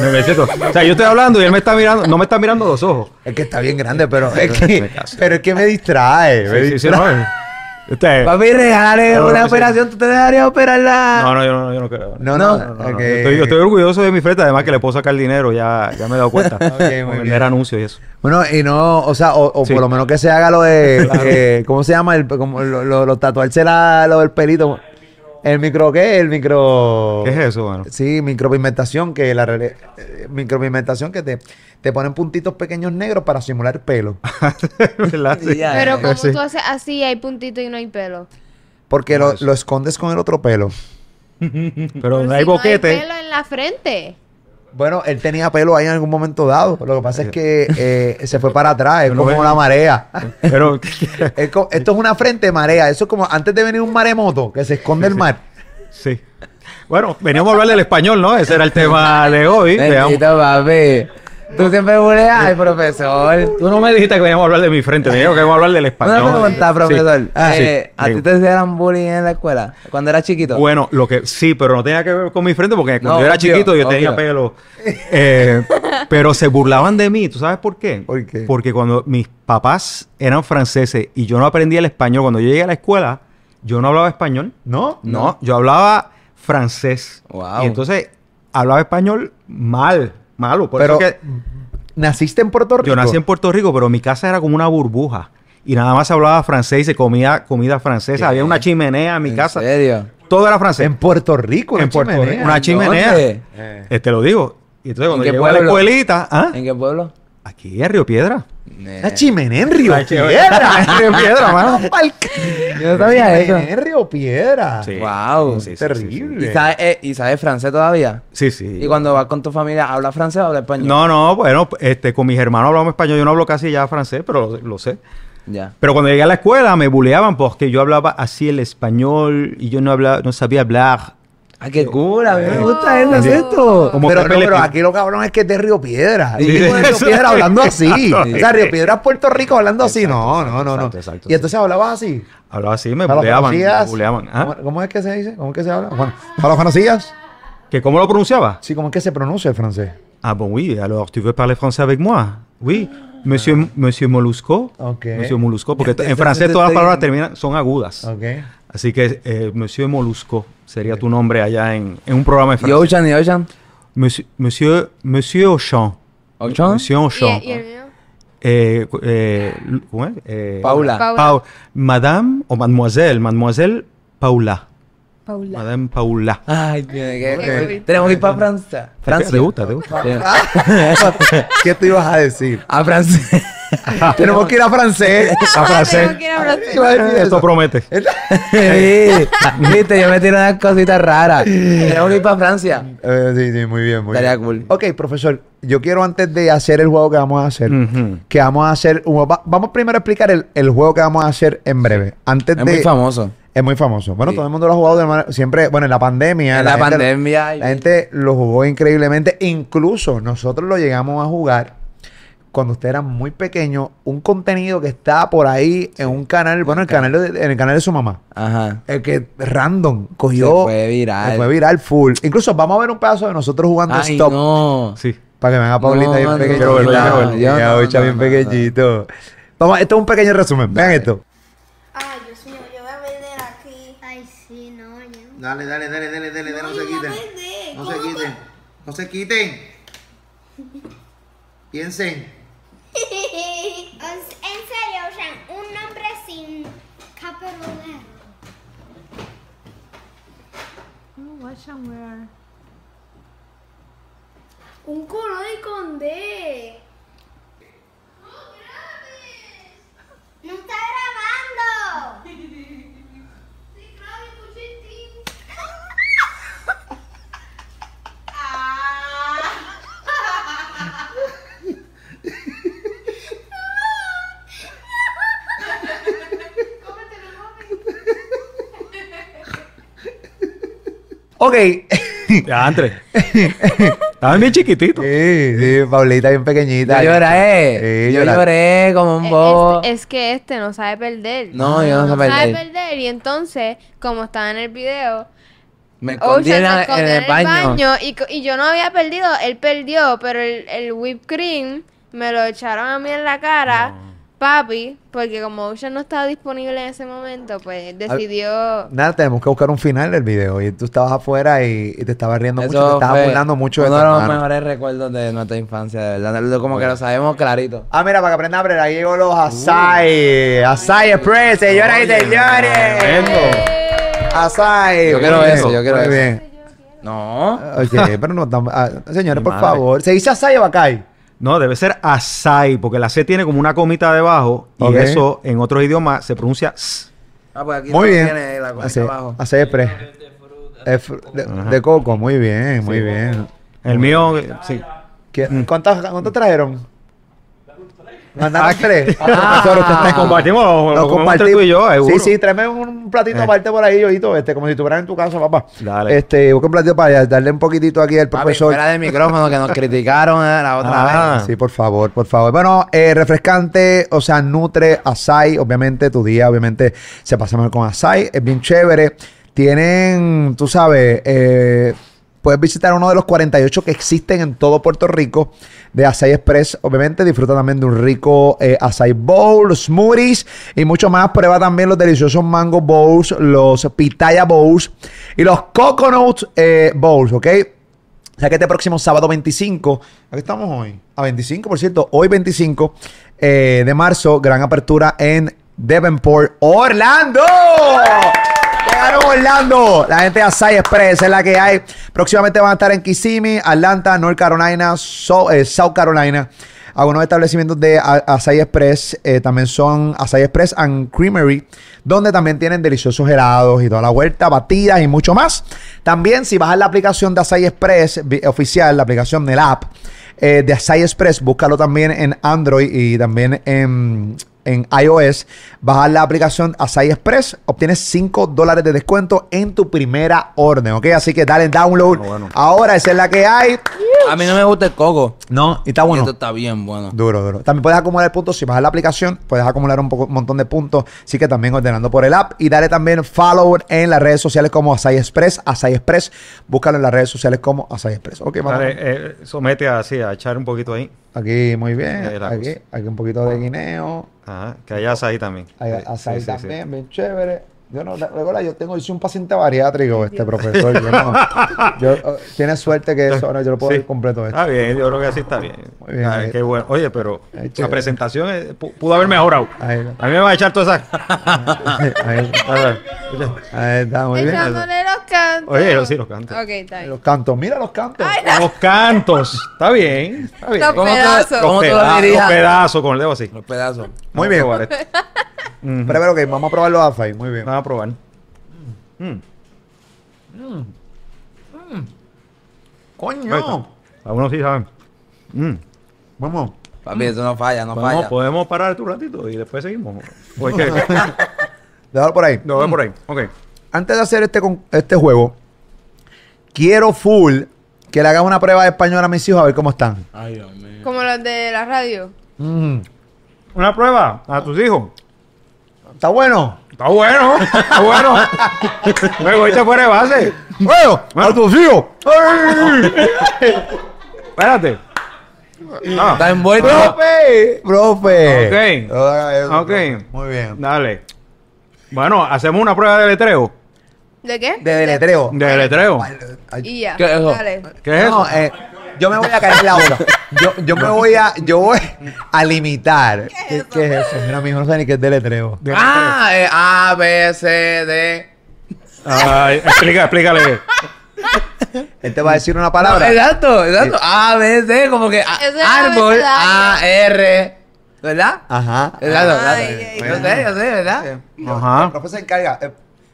Me- me siento- o sea, yo estoy hablando y él me está mirando, no me está mirando a los ojos. Es que está bien grande, pero es que, pero es que me distrae. me Sí, sí, sí, distrae. no, eh. Este- Papi, regale No, no, una sí. operación, tú te dejarías operarla. No, no, yo no, yo no creo. No, Ah. no, No, no, ok. no. Yo Estoy, yo estoy orgulloso de mi frente, además que le puedo sacar dinero, ya, ya me he dado cuenta. Ok, muy Con bien. vender anuncios y eso. Bueno, y no, o sea, o, o Sí. por lo menos que se haga lo de, eh, ¿cómo se llama? El, como lo, lo- lo tatuarse la- lo del pelito. ¿El micro qué? El micro... ¿Qué es eso, mano? Sí, micropigmentación, que la reali- eh, micropigmentación que te, te ponen puntitos pequeños negros para simular pelo. ¿Verdad? Sí. Sí, ya, Pero ya. como Sí. tú haces así, hay puntito y no hay pelo. Porque lo, lo escondes con el otro pelo. Pero Pero no hay si No hay boquete. pelo en la frente. Bueno, él tenía pelo ahí en algún momento dado. Lo que pasa es que eh, se fue para atrás, es Yo no como veo. la marea. Pero Es co- esto es una frente de marea. Eso es como antes de venir un maremoto que se esconde el mar. sí. Bueno, veníamos a hablar del español, ¿no? Ese era el tema de hoy. Veamos. Bendito, papi. Tú siempre buleas al profesor. Tú no me dijiste que veníamos a hablar de mi frente, me dijeron que íbamos a hablar del español. Una pregunta, Sí. profesor. Ah, sí. Eh, ¿A ti Digo, te hacían bullying en la escuela? Cuando eras chiquito. Bueno, lo que sí, pero no tenía que ver con mi frente porque cuando No, yo era obvio, chiquito yo tenía obvio. pelo. Eh, pero se burlaban de mí, ¿tú sabes por qué? ¿Por qué? Porque cuando mis papás eran franceses y yo no aprendía el español, cuando yo llegué a la escuela, yo no hablaba español. ¿No? No, yo hablaba francés. Wow. Y entonces hablaba español mal, malo. Por Pero eso que naciste en Puerto Rico. yo nací en Puerto Rico, pero mi casa era como una burbuja. Y nada más se hablaba francés y se comía comida francesa. Había una chimenea en mi ¿En casa. serio? Todo era francés. En Puerto Rico, En Puerto chimenea. Rico. Una chimenea. ¿Dónde? Eh. Eh, te lo digo. Y entonces cuando qué llegó a la pueblo? escuelita, ¿ah? ¿En qué pueblo? aquí en Río Piedra. Una chimenea en Río Una chimenea. Piedra. En Río Piedra, mano. Pa'l c- Yo no sabía Chimenea eso. En Río Ah, Piedra. Sí. Wow. Sí, sí, sí, Terrible. ¿Y sabes, eh, y sabes francés todavía? Sí, sí. ¿Y cuando vas con tu familia, hablas francés o hablas español? No, no, bueno, este, con mis hermanos hablamos español. Yo no hablo casi ya francés, pero lo, lo sé. Ya. Pero cuando llegué a la escuela me buleaban porque yo hablaba así el español y yo no, hablaba, no sabía hablar. Ah, qué cool. A mí Eh. me gusta Oh. eso, acento. Como pero, Pepe no, Le pero Pew. aquí lo cabrón es que es de Río Piedra. Sí, Un tipo de sí, Río sí. Piedra hablando así. Exacto. O sea, Río Piedra es Puerto Rico hablando así. No, Exacto, no, no, no. exacto, exacto, y entonces hablabas así. Hablaba así, Pues, me ¿Para los buleaban. Me conocías? buleaban. ¿Ah? ¿Cómo, cómo es que se dice? ¿Cómo es que se habla? Bueno, ¿Para los conocías? ¿Que ¿Cómo lo pronunciaba? Sí, ¿cómo es que se pronuncia el francés? Ah, bon, oui, alors tu veux parler français avec moi? Oui, monsieur, monsieur Molusco. Ok. Monsieur Molusco, porque Te- en te- francés te- todas las te- palabras terminan, son agudas. Ok. Así que eh, Monsieur Molusco sería tu nombre allá en, en un programa de ¿Y francés. Ocean y Ocean? Monsieur, monsieur, monsieur Auchan. ¿Ocean? ¿Y, Monsieur Auchan. y el mío? Eh, cu- eh, l- ¿cómo es? Eh, Paula. Paula. Pau- Madame o Mademoiselle. Mademoiselle Paula. Paula. Madame Paula. Ay, tiene que. Ok. Tenemos que ir para Francia. Francia. ¿Te gusta? ¿Te gusta? ¿Qué tú ibas a decir? A Francia. Ah. Tenemos que ir a francés. A Ah, francés. tengo que ir a Brasil. Iba a decir Esto eso. promete. Sí. Viste, yo me tiro unas cositas raras. Tenemos que ir para Francia. Eh, sí, sí, muy bien, muy Estaría bien. cool. Ok, profesor, yo quiero antes de hacer el juego que vamos a hacer, Ujú. que vamos a hacer, un- va- vamos primero a explicar el, el juego que vamos a hacer en breve. Antes Es de, muy famoso. Es muy famoso. Bueno, Sí. todo el mundo lo ha jugado de manera- siempre, bueno, en la pandemia. En la pandemia, y- La gente lo jugó increíblemente. Incluso nosotros lo llegamos a jugar cuando usted era muy pequeño. Un contenido que está por ahí en un canal, bueno, el canal de, en el canal de su mamá. Ajá. El que random cogió. Se fue viral. se fue viral full. Incluso vamos a ver un pedazo de nosotros jugando Ay, stop. no. Sí. Para que vean a Paulita No, bien no, pequeñita. quiero verlo, quiero verlo. Y a Yo no, Ocha no, bien no, no. pequeñito. Vamos, esto es un pequeño resumen. Vean esto. Ay, Dios mío, Ah, yo voy a vender aquí. Ay, sí, no, yo no. Dale, dale, dale, dale, dale, dale, no se yo quiten. la vendé. No se ¿Cómo quiten. No se quiten. Piensen. en serio, o sea, un nombre sin caperular. Watch and wear. Un corón con D. ¡No está grabando! ¡Sí, Claudio, puchitín! Ok. Eh, Ya, Andrés. Estaban bien chiquititos. Eh. sí, Paulita bien pequeñita. Yo lloré. Sí, yo llora- lloré como un bobo. Es, es que este no sabe perder. No, yo no sé sabe perder. perder. Y entonces, como estaba en el video, Me Ocean escondí se en, la- escondió en el baño. y, co- y yo no había perdido, él perdió, pero el, el whipped cream me lo echaron a mí en la cara, papi, porque como Ocean no estaba disponible en ese momento, pues decidió... Nada, tenemos que buscar un final del video. Y tú estabas afuera y, y te estabas riendo mucho, te Eso estabas fue burlando mucho de uno tu de los hermano. mejores recuerdos de nuestra infancia, de verdad. Lo- Como que lo sabemos clarito. Ah, mira, para que aprendan a abrir, ahí llegó Uh. los Asai. Asai Express, señoras y señores. Asai. Yo quiero Muy eso, bien, yo quiero muy eso. bien. No. Ok, pero no estamos. ah, señores, Mi por madre. favor. ¿Se dice Asai o Bacay? No, debe ser asai, porque la C tiene como una comita debajo Ok. y eso en otros idiomas se pronuncia s. Ah, pues aquí Muy lo bien. tiene la cosita Así, abajo. Asai Express. De, fru- de- de coco, muy bien, muy bien. El mío, eh, sí. ¿Qué- Mm. ¿Cuántas, ¿Cuántos trajeron? Mandaron tres. Ah, profesor, usted está- Nos compartimos, lo, Lo lo comemos entre tú y yo, seguro. Sí, sí, tráeme un platito Eh. aparte por ahí, yoito, este, como si estuvieran en tu casa, papá. Dale. Este, busca un platito para allá, darle un poquitito aquí al Papi, profesor. fuera del micrófono que nos criticaron eh, la otra Ah. vez. Sí, por favor, por favor. Bueno, eh, refrescante, o sea, nutre, asai. Obviamente, tu día, obviamente, se pasa mejor con asai. Es bien chévere. Tienen, tú sabes, eh, puedes visitar uno de los 48 que existen en todo Puerto Rico de Asai Express. Obviamente, disfruta también de un rico eh, Asai Bowl, smoothies y mucho más. Prueba también los deliciosos Mango Bowls, los Pitaya Bowls y los Coconut eh, Bowls, ¿ok? O sea que este próximo sábado 25, aquí estamos hoy, a 25 por cierto, hoy 25 eh, de marzo, gran apertura en Devonport, Orlando. Llegaron a Orlando, la gente de Asai Express es la que hay. Próximamente van a estar en Kissimmee, Atlanta, North Carolina, So- eh, South Carolina. Algunos establecimientos de A- Asai Express eh, también son Asai Express and Creamery, donde también tienen deliciosos helados y toda la vuelta, batidas y mucho más. También, si bajas la aplicación de Asai Express vi- oficial, la aplicación del app eh, de Asai Express, búscalo también en Android y también en, en iOS. Bajas la aplicación Asai Express, obtienes 5 dólares de descuento en tu primera orden, ¿ok? Así que dale download. Ahora, esa es la que hay. A mí no me gusta el coco. No, y está Y bueno. Esto está bien bueno. Duro, duro. También puedes acumular puntos. Si bajas la aplicación, puedes acumular un, poco, un montón de puntos. Así que también ordenando por el app. Y dale también follow en las redes sociales como Asai Express. Asai Express. Búscalo en las redes sociales como Asai Express. Ok, vamos. Dale, eh, somete así, a echar un poquito ahí. Aquí, muy bien. Ahí la Aquí, cosa. aquí un poquito de guineo. Ajá, que haya azaí también. Ahí, Sí, Asai sí, sí, sí. también, bien chévere. Yo no, recuerda, yo tengo, yo soy un paciente bariátrico, este profesor. Yo no, yo, eh, tiene suerte que eso, no, yo lo puedo Sí. Ah. ir completo este. esto. Está bien, yo creo que así está bien. Muy bien, Ah, ahí. qué bueno. Oye, pero Ahí, la chévere. presentación eh, pu- pudo haber mejorado. Ahí A mí me va a echar toda esa. Ahí, ahí está, muy bien. Echándole los cantos. Oye, yo sí los cantos. Ok, está bien. Los cantos, mira los cantos. Los cantos. Está bien. Está bien. Los ¿Cómo tú- pedazos. cómo tú lo Peda- dirías? los pedazos con el dedo así. Los pedazos. Muy bien. Vamos a probar esto. Ujú. Pero, pero, ok, vamos a probar los asai. Muy bien. Vamos a probar. Mm. Ahí está. Algunos sí saben. Mm. Vamos. Papi, eso no falla, no Podemos, falla. pues. podemos parar esto un ratito y después seguimos. ¿O es que- Déjalo por ahí. Lo veo por ahí. Ok. Antes de hacer este, con- este juego, quiero full que le hagas una prueba de español a mis hijos a ver cómo están. Ay, Dios mío. Como los de la radio. Mm. Una prueba a tus hijos. ¿Está bueno? Está bueno. Está bueno. Luego te fuera de base. ¡Bueno! ¡A tus hijos! Espérate. Ah. No. Está envuelto. ¡Profe! ¡Profe! Ok. Ahora es- Ok. Muy bien. Dale. Bueno, hacemos una prueba de letreo. ¿De qué? De deletreo. De letreo. Y ya. ¿Qué es eso? Dale. ¿Qué es No, eso? eh, yo me voy a caer en la otra. Yo, yo me voy a, yo voy a limitar. ¿Qué, qué es eso? Mira, mi hijo no sabe ni qué es deletreo. Ah, eh, A, B, C, D. Ay, Ah, explica, explícale. Él te va a decir una No, palabra. Ah, exacto, exacto. A, B, C, como que a- Eso es árbol, abecedario. A, R. ¿Verdad? Ajá. Exacto, Ay, exacto. ay, yo sé, yo sé, ¿verdad? El Ajá. profe se encarga. Eh,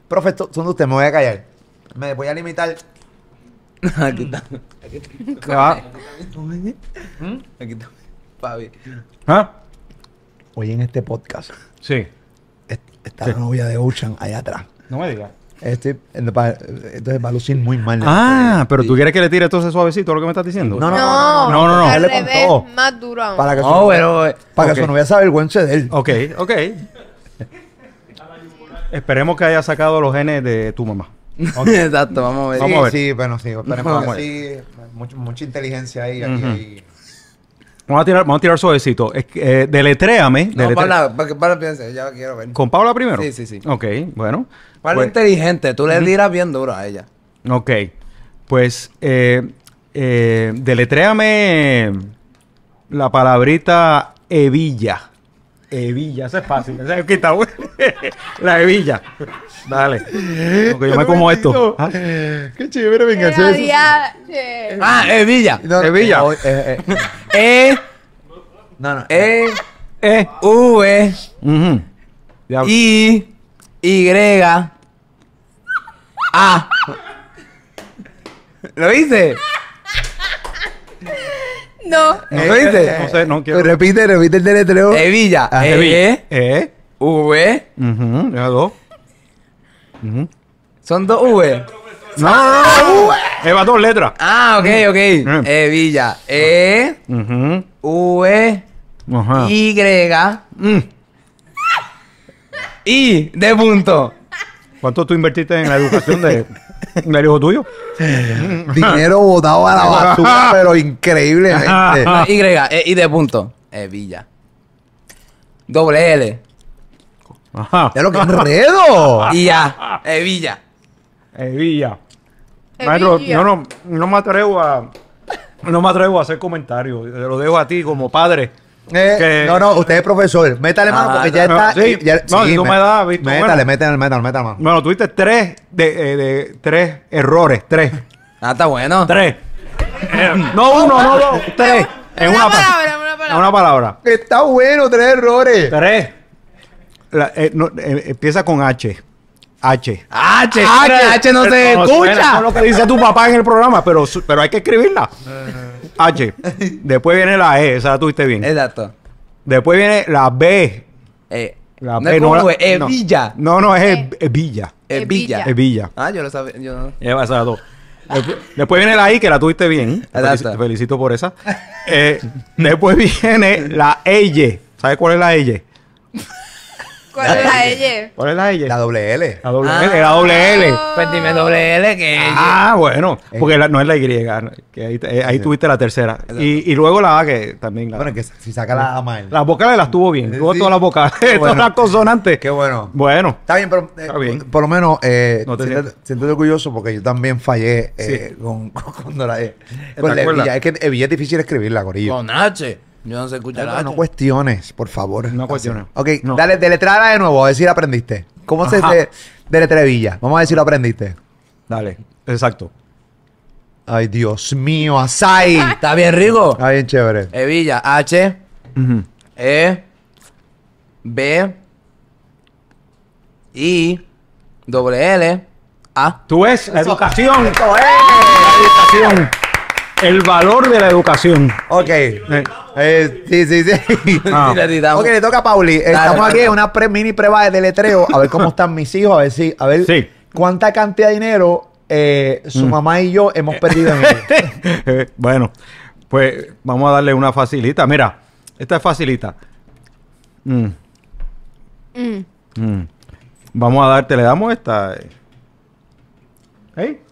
profe, to- son de usted, me voy a callar. Me voy a limitar. Aquí está. ¿Mm? Se va. Aquí está. Papi. ¿Ah? Oye, en este podcast Sí. est- está la novia de Ocean allá atrás. No me digas. Este, eh, va- eh, entonces va a lucir muy mal. Ah, pero tú quieres que le tire entonces suavecito lo que me estás diciendo. No, no, No, no, no, no. Al Él le revés, contó. más duro aún. Para que, No, su, pero. eh, para que ok. su novia se avergüence de él. Ok, ok. Esperemos que haya sacado los genes de tu mamá. Exacto, vamos a ver. Vamos a ver. Sí, bueno, sí. Esperemos Vamos a que sí. Mucho- mucha inteligencia ahí. aquí, Ujú. ahí. Vamos a tirar, vamos a tirar suavecito. Es que, eh, deletréame. No, deletré- Paula, para que Paula piense, ya quiero ver. ¿Con Paula primero? Sí, sí, sí. Ok, bueno. Paula Pues- inteligente, tú le tiras bien duro a ella. Ok. Pues, eh, eh, deletréame la palabrita hebilla. Hebilla, eso es fácil. Esa es quita, güey. La hebilla. Dale. Porque yo me como esto. Ah, Qué chévere, venga, Era diache. Ah, Evilla. No, Evilla. eh, eh, eh, E, no, no. E, Eh. V, ujú. Ya- I, Y, A. ¿Lo hice? No. ¿No ¿Lo No hice? sé, no quiero. Repite, repite el deletreo. Evilla. Ah, E, Eh. V. ujú, ya dos. Ujú. Son dos V. No, no, no, no. Eva, Ah, dos letras. Ah, ok, ok. Mm. Evilla. E, Ujú. V, Ajá. Y, Mm. I, de punto. ¿Cuánto tú invertiste en la educación de, del hijo tuyo? Dinero botado a la basura, Ah, pero increíblemente. No, Y, E, I de punto. Evilla. Doble L. Ajá. Ya lo que enredo. Ah. Y A. E, Evilla. Evilla. Evilla. Maestro, yo no, no me atrevo a. No me atrevo a hacer comentarios. Te lo dejo a ti como padre. Eh, Que- No, no, usted es profesor. Métale mano Ah, porque ya no, está. sí. ya- No, si tú me das, Víctor, Métale, bueno. métale, métale, métale mano. Bueno, tuviste tres de, eh, de- tres errores. Tres. Ah, está bueno. Tres. Eh, no uno, no dos. Tres. En Una una, pa- palabra, una palabra. En una palabra. Está bueno, tres errores. Tres. La- eh, no, eh, empieza con H. H. H. Ah, H, Ah, H no se Eso escucha. es lo que dice tu papá en el programa, pero, su- pero hay que escribirla. Eh. H. Después viene la E, esa la tuviste bien. Exacto. Después viene la B. Eh, La no es como la- V, Evilla. No, no, es el- es Villa. Evilla. Es Villa. Ah, yo lo sabía. Yo no. Lleva esas dos. Después, después viene la I, que la tuviste bien. Te Exacto. felicito, te felicito por esa. Eh, después viene la L. ¿Sabes cuál es la E L? ¿Cuál es la L? ¿Cuál es la L? La doble L. La doble Ah. L. La doble L. Pues dime doble L que. Ah, bueno, porque la- no es la Y, ¿no? que ahí, eh, ahí tuviste la tercera. Y, y luego la A, que también la. Bueno, que si saca la A mal. Eh, Las vocales las tuvo bien, tuvo Sí. todas las vocales, Qué todas bueno. las consonantes. Qué bueno. Bueno, Está bien, pero eh, Está bien. Por, por lo menos eh, No te siéntate, siéntate orgulloso porque yo también fallé eh, Sí. con, con- cuando la E. Con la acuerdas? hebilla. Es que hebilla es difícil escribirla, Corillo. Con H. Yo no se escucha la Pero H. no cuestiones, por favor. No cuestiones. Ok, No. dale, deletreala de nuevo, a ver si la aprendiste. ¿Cómo se Ajá. dice deletrea Villa? Vamos a ver si lo aprendiste. dale, exacto. Ay, Dios mío, Asai. Está Está bien rico. bien chévere. Evilla. H. Ujú. E. B. I. Doble L. A. Tú ves la educación, Esto es. educación, el valor de la educación. Ok. Eh, sí, sí, sí. Ah. Y le editamos. Ok, le toca a Pauli. Estamos dale, aquí dale. en una pre- mini prueba de deletreo. A ver cómo están mis hijos. A ver si, a ver Sí. Mm. cuánta cantidad de dinero eh, su mamá y yo hemos perdido en él. Eh, bueno, pues vamos a darle una facilita. Mira, esta es facilita. Mm, Mm. mm. Vamos a darte, le damos esta. eh. ¿Eh?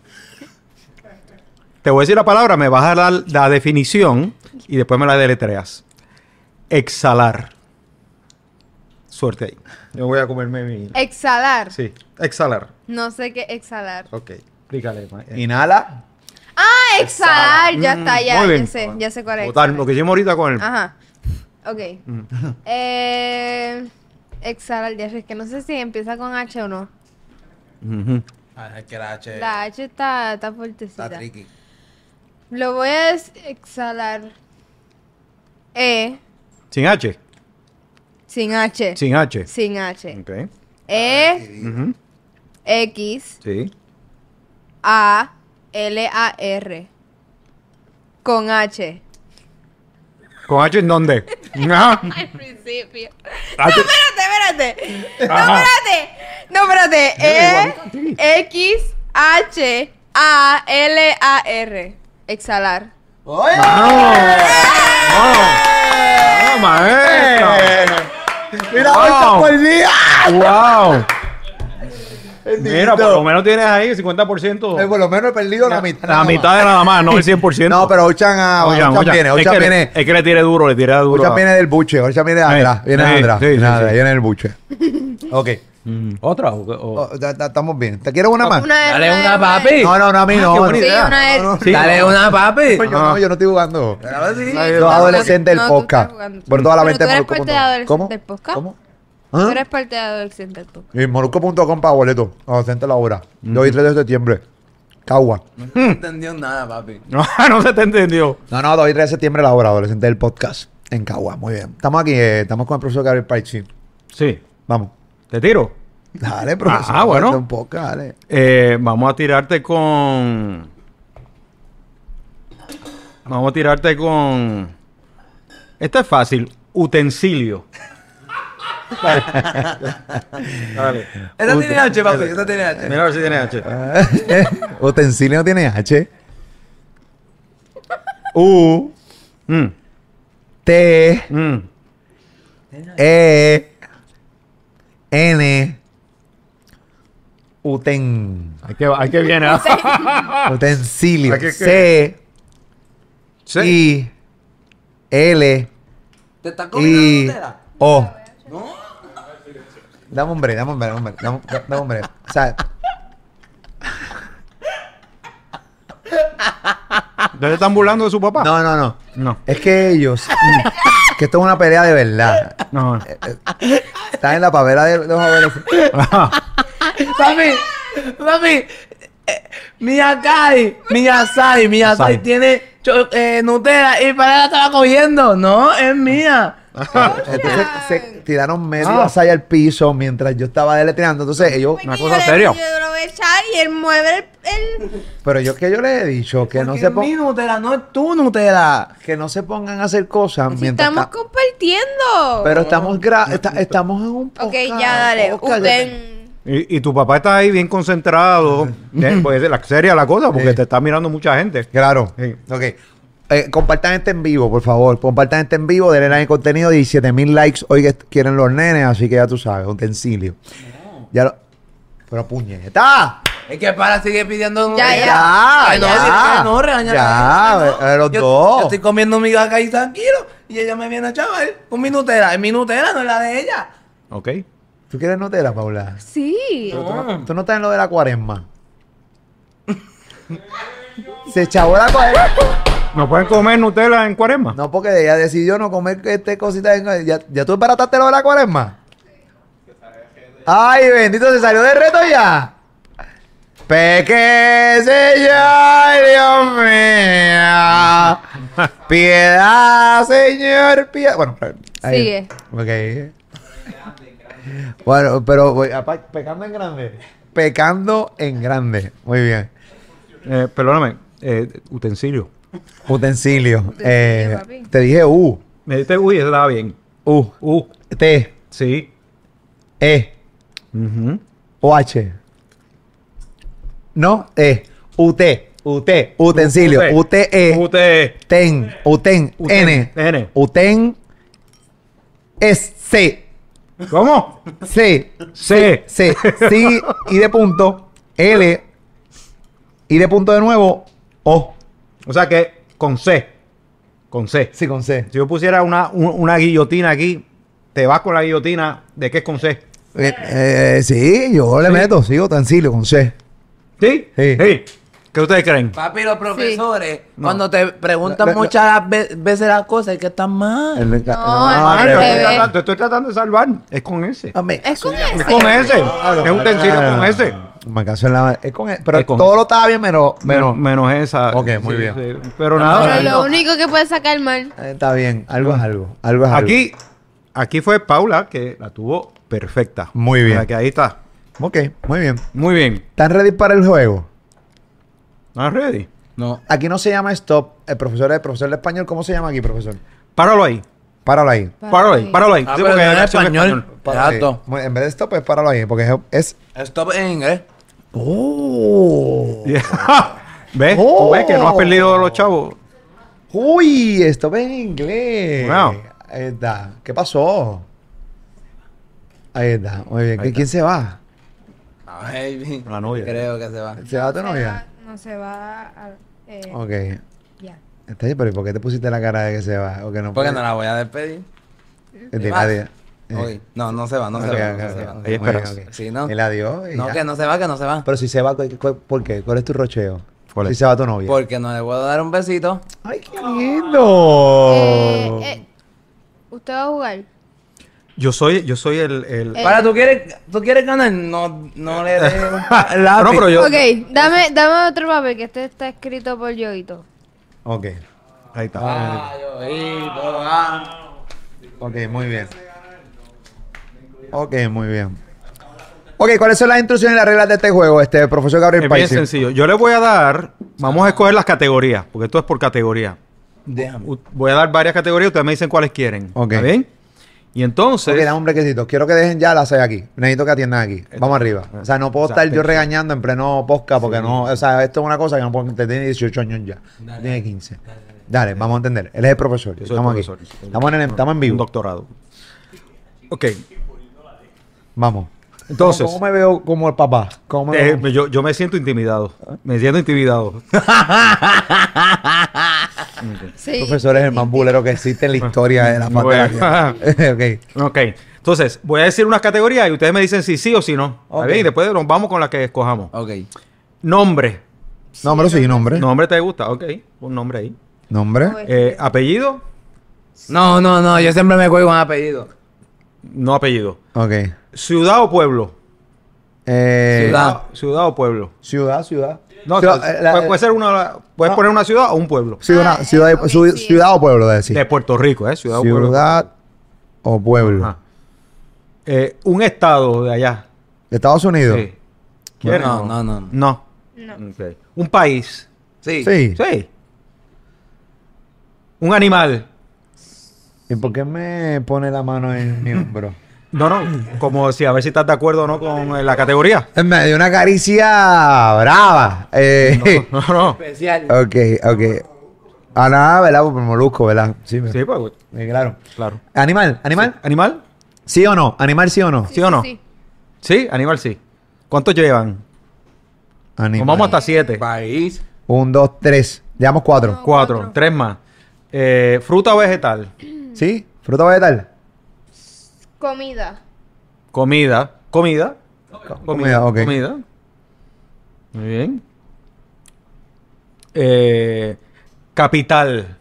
Te voy a decir la palabra, me vas a dar la definición y después me la deletreas. Exhalar. Suerte ahí. Yo voy a comerme mi. Exhalar. Sí, exhalar. No sé qué exhalar. Ok, explícale. ma- eh, Inhala. Ah, exhalar. Ya está, ya, Mm, muy ya bien. sé, ya sé cuál es. botar lo que llevo ahorita con el. Ajá. Ok. Mm. eh, exhalar, ya sé, es que no sé si empieza con H o no. Ujú. Ah, es que la Eh. H La H está, está fuertecita. está tricky. Lo voy a des- exhalar. E Sin H. sin H. Sin H. Sin H. Ok. Ah, E Ujú. X Sí. A L A R. Con H. ¿Con H en dónde? Ajá. Al principio. H. Espérate, espérate. No, Ajá. espérate. No, espérate. E X H A L A R. Exhalar. ¡Mano! ¡Mano! ¡Ah, maestra! Mira, Wow. ocho por día. ¡Wow! Bendito. Mira, por lo menos tienes ahí el 50%. Eh, por lo menos he perdido la mitad. La nada más. mitad de nada más, no el 100%. No, pero Ochan, ah, Oigan, Ochan oigan, viene, es, Ochan que le, viene. es que le tiré duro, le tiré duro. Ochan a- viene del buche, Ochan viene de atrás, Sí, viene de sí, atrás, sí, viene de sí, atrás, sí. viene del buche. Ok, Mm. ¿Otra? o- o- Oh, ya- ya estamos bien. ¿Te quieres una más? Una, Dale una, vez. papi. No, no, no, a mí no. qué no. bonito. Sí, una vez. No, Sí. Dale una, papi. no, yo no, yo no estoy jugando. Ahora sí. Los adolescentes No, del tú podcast. estás jugando. Por toda la Pero mente tú de eres parte de molusco.com. adolescentes ¿Cómo? del podcast. ¿Cómo? Tú ¿Ah? eres parte de adolescente del podcast. Y molusco.com para boleto. Adolescente a la hora. 2 y 3 de septiembre. Cagua. No entendió nada, papi. No, no se te entendió. No, no, 2 y 3 de septiembre la hora, adolescente del podcast. En Cagua, muy bien. Estamos aquí, eh, estamos con el profesor Gabriel Paichi. Sí. Vamos. ¿Te tiro? Dale, profesor. Ah, bueno. suelta Un poco, dale. Eh, vamos a tirarte con... Vamos a tirarte con... Esta es fácil. Utensilio. Dale. Esta tiene H, papi. eh, Esta tiene H. Mira a ver si tiene H. Utensilio no tiene H. U, Mm, T, mm. E, N, Uten. Hay que, hay que viene. Utensilio. ¿A qué- qué? C, Sí. I, L, ¿Te estás I, comiendo la O. Dame un break, dame un break, dame un break, dame, dame un break. O sea, ¿No se están burlando de su papá? no, no, no. No. Es que ellos, mm, que esto es una pelea de verdad. No. Están en la pavera de los adolescentes. Papi, papi. eh, Miyazaki, Miyazaki, Miyazaki Miyazaki. tiene cho- eh, Nutella y para la estaba cogiendo. No, es mía. Entonces se tiraron medio asaya al piso mientras yo estaba deletreando. Entonces ellos, Una Porque cosa yo le- seria. Yo lo voy a echar y él mueve el. el- pero yo que yo les he dicho que no Porque se es mi pongan, Nutella, no es tu Nutella. que no se pongan a hacer cosas Pues Si mientras estamos ta- compartiendo. pero estamos gra- esta- estamos en un ok, podcast, ya dale. podcast. Uten. Y, y tu papá está ahí bien concentrado. Eh, pues es la seria la cosa, porque Sí. te está mirando mucha gente. Claro. Sí. Ok. Eh, compartan este en vivo, por favor. Compartan este en vivo, denle like al contenido. 17 mil likes hoy que est- quieren los nenes, así que ya tú sabes, utensilio. Ya lo- Pero puñeta. Es que para sigue pidiendo Ya, Nutella. ya, Ay, no, ya. si- no, regaña, Ya, regaña, no. eh, eh, los yo, dos. Yo estoy comiendo mi vaca ahí tranquilo y ella me viene a chaval con mi Nutella. Es mi Nutella, no es la de ella. ¿Ok? ¿Tú quieres Nutella, Paula? Sí. Pero tú no- Tú no estás en lo de la cuaresma. Se echó la cuaresma. ¿No pueden comer Nutella en cuaresma? No, porque ella decidió no comer este cosita. en- ¿Ya, ya tú embarataste lo de la cuaresma? Ay, bendito, se salió del reto ya. Peque Señor, Dios mío. Piedad, Señor, piedad. Bueno, ahí. Sigue. Ok. Bueno, pero voy a pa- pecando en grande. Pecando en grande. Muy bien. Eh, perdóname, eh, utensilio. Utensilio. Eh, papi. te dije U, Me dijiste, uy, eso estaba bien. U, Uh, T, sí. E, Ujú. O, H. No, E, U, T, U, T, utensilio, U, T, E, Ute. ten, uten, Uten, N, N. uten, es C, ¿Cómo? C, C. C, sí, I de punto, L, I de punto de nuevo, O. O sea que con C. Con C. Sí, con C. Si yo pusiera una, un- una guillotina aquí, te vas con la guillotina de qué es con C. Eh, eh, sí, yo le meto, sigo tranquilo con C. ¿Sí? Sí. ¿Qué ustedes creen? Papi, los profesores, cuando te La- preguntan la- muchas ve- veces las cosas, es que están mal. El- No, el- Ah, Ah, al te revés. estoy tratando- te estoy tratando de salvar. Es con ese. Ah, me- Es con ese. Es con ese. Es un utensilio con ese. Me caso en la. Es con ese. Pero Es con E. todo ese. lo estaba bien menos. Menos, menos. menos esa. Ok, muy bien. Pero Pero nada. lo único que puede sacar mal. Eh, Está bien, algo es algo. Algo es algo. Aquí, aquí fue Paula que la tuvo perfecta. Muy bien. O sea, que ahí está. Ok, muy bien. Muy bien. ¿Están ready para el juego? Ah, ¿No ready? No. Aquí no se llama stop. El profesor, el profesor de español, ¿cómo se llama aquí, profesor? Páralo ahí. Páralo ahí. Páralo ahí. Páralo ahí. Ah, Sí, pero porque no hay en versión en español. Páralo ahí. Exacto. Bueno, En vez de stop, es páralo ahí, porque es. Stop en inglés. ¡Oh! Yeah. ¿Ves? ¿Tú Oh. ves que no has perdido los chavos? ¡Uy! Stop en inglés. Wow. Ahí está. ¿Qué pasó? Ahí está. Muy bien. ¿Qui- ¿Quién se va? Ay, La novia. Creo que se va. ¿Se va tu novia? No se va a... eh, Ok. ya. Está bien, pero ¿y por qué te pusiste la cara de que se va? ¿O que no Porque puede- no la voy a despedir. Dile vas. adiós. Eh, Hoy. No, no se va, no ok, se va. ok, no se ok, va. ok, Hay muy bien, esperanza. ok. Sí, no. El adiós y No, ya. que no se va, que no se va. Pero si se va, ¿cu- cu- ¿por qué? ¿Cuál es tu rocheo? ¿Cuál Si es? se va tu novia. Porque no le voy a dar un besito. ¡Ay, qué lindo! Eh, eh, ¿Usted va a jugar? Yo soy, yo soy el. el- Eh. Para, ¿tú quieres, tú quieres ganar? No, no le des un Ah, no, lápiz. pero yo. Ok, dame, dame otro papel que este está escrito por Yoguito. Ok. Ahí está. Ah, yo ahí, todo, ah. Ok, muy bien. Ok, muy bien. Ok, ¿cuáles son las instrucciones y las reglas de este juego, este profesor Gabriel Es bien País? sencillo. Yo le voy a dar. Vamos a escoger las categorías, porque esto es por categoría. Déjame. U- Voy a dar varias categorías, ustedes me dicen cuáles quieren. Ok. ¿Está bien? Y entonces. Ok, dame un brequecito. Quiero que dejen ya las seis aquí. Necesito que atiendan aquí. Vamos arriba. O sea, no puedo Exacto. estar yo regañando en pleno podcast porque no. O sea, esto es una cosa que no puedo entender. Tiene 18 años ya. Tiene 15. Dale, vamos a entender. Él es el profesor. Yo soy Estamos aquí. profesor. Estamos en, el- estamos en Un vivo. doctorado. Ok. Vamos. Entonces. ¿Cómo me veo como el papá? ¿Cómo me eh, veo? yo, yo me siento intimidado. Me siento intimidado. Sí. Profesor es el más bulero que existe en la historia de la Bueno. pantalla. ok. ok. Entonces, voy a decir unas categorías y ustedes me dicen si sí o si no. ¿Está Ok. bien? Y después nos vamos con las que escojamos. Ok. Nombre. Nombre, sí, nombre. Nombre te gusta, ok. Un nombre ahí. Nombre. Eh, apellido. No, no, no, yo siempre me cuelgo un apellido. No apellido. Ok. Ciudad o pueblo. Eh, Ciudad. Ciudad o pueblo. Ciudad, ciudad. No, Ciudad, pues, eh, la- puede, puede ser una, puedes no. poner una ciudad o un pueblo. Sí, una- Ah, eh, ciudad, ok, su- sí. ciudad o pueblo, de decir. De Puerto Rico, ¿eh? Ciudad, o pueblo. Ciudad o pueblo. Ajá. Eh, un estado de allá. De Estados Unidos. Sí. ¿Quieren? No, no, no, no. No. No. Ok. Un país. Sí. Sí. Sí. Un animal. ¿Y por qué me pone la mano en mi hombro? No, no. Como si a ver si estás de acuerdo o no con eh, la categoría. Me dio una caricia brava. Eh, No, no. Especial. Ok, ok. Ah, nada, ¿verdad? Por molusco, ¿verdad? Sí, Sí, pues. eh, claro. Claro. ¿Animal? ¿Animal? ¿Animal? Sí. o no? ¿Animal sí o no? ¿Sí, o no? Sí. animal sí. ¿Cuántos llevan? Animal. Nos vamos hasta siete. País. Un, dos, tres. Llevamos cuatro. Cuatro. Tres más. Eh, ¿Fruta o vegetal? ¿Sí? ¿Fruta o vegetal? Comida. Comida. Comida. comida, ok. Comida. Muy bien. Eh, capital.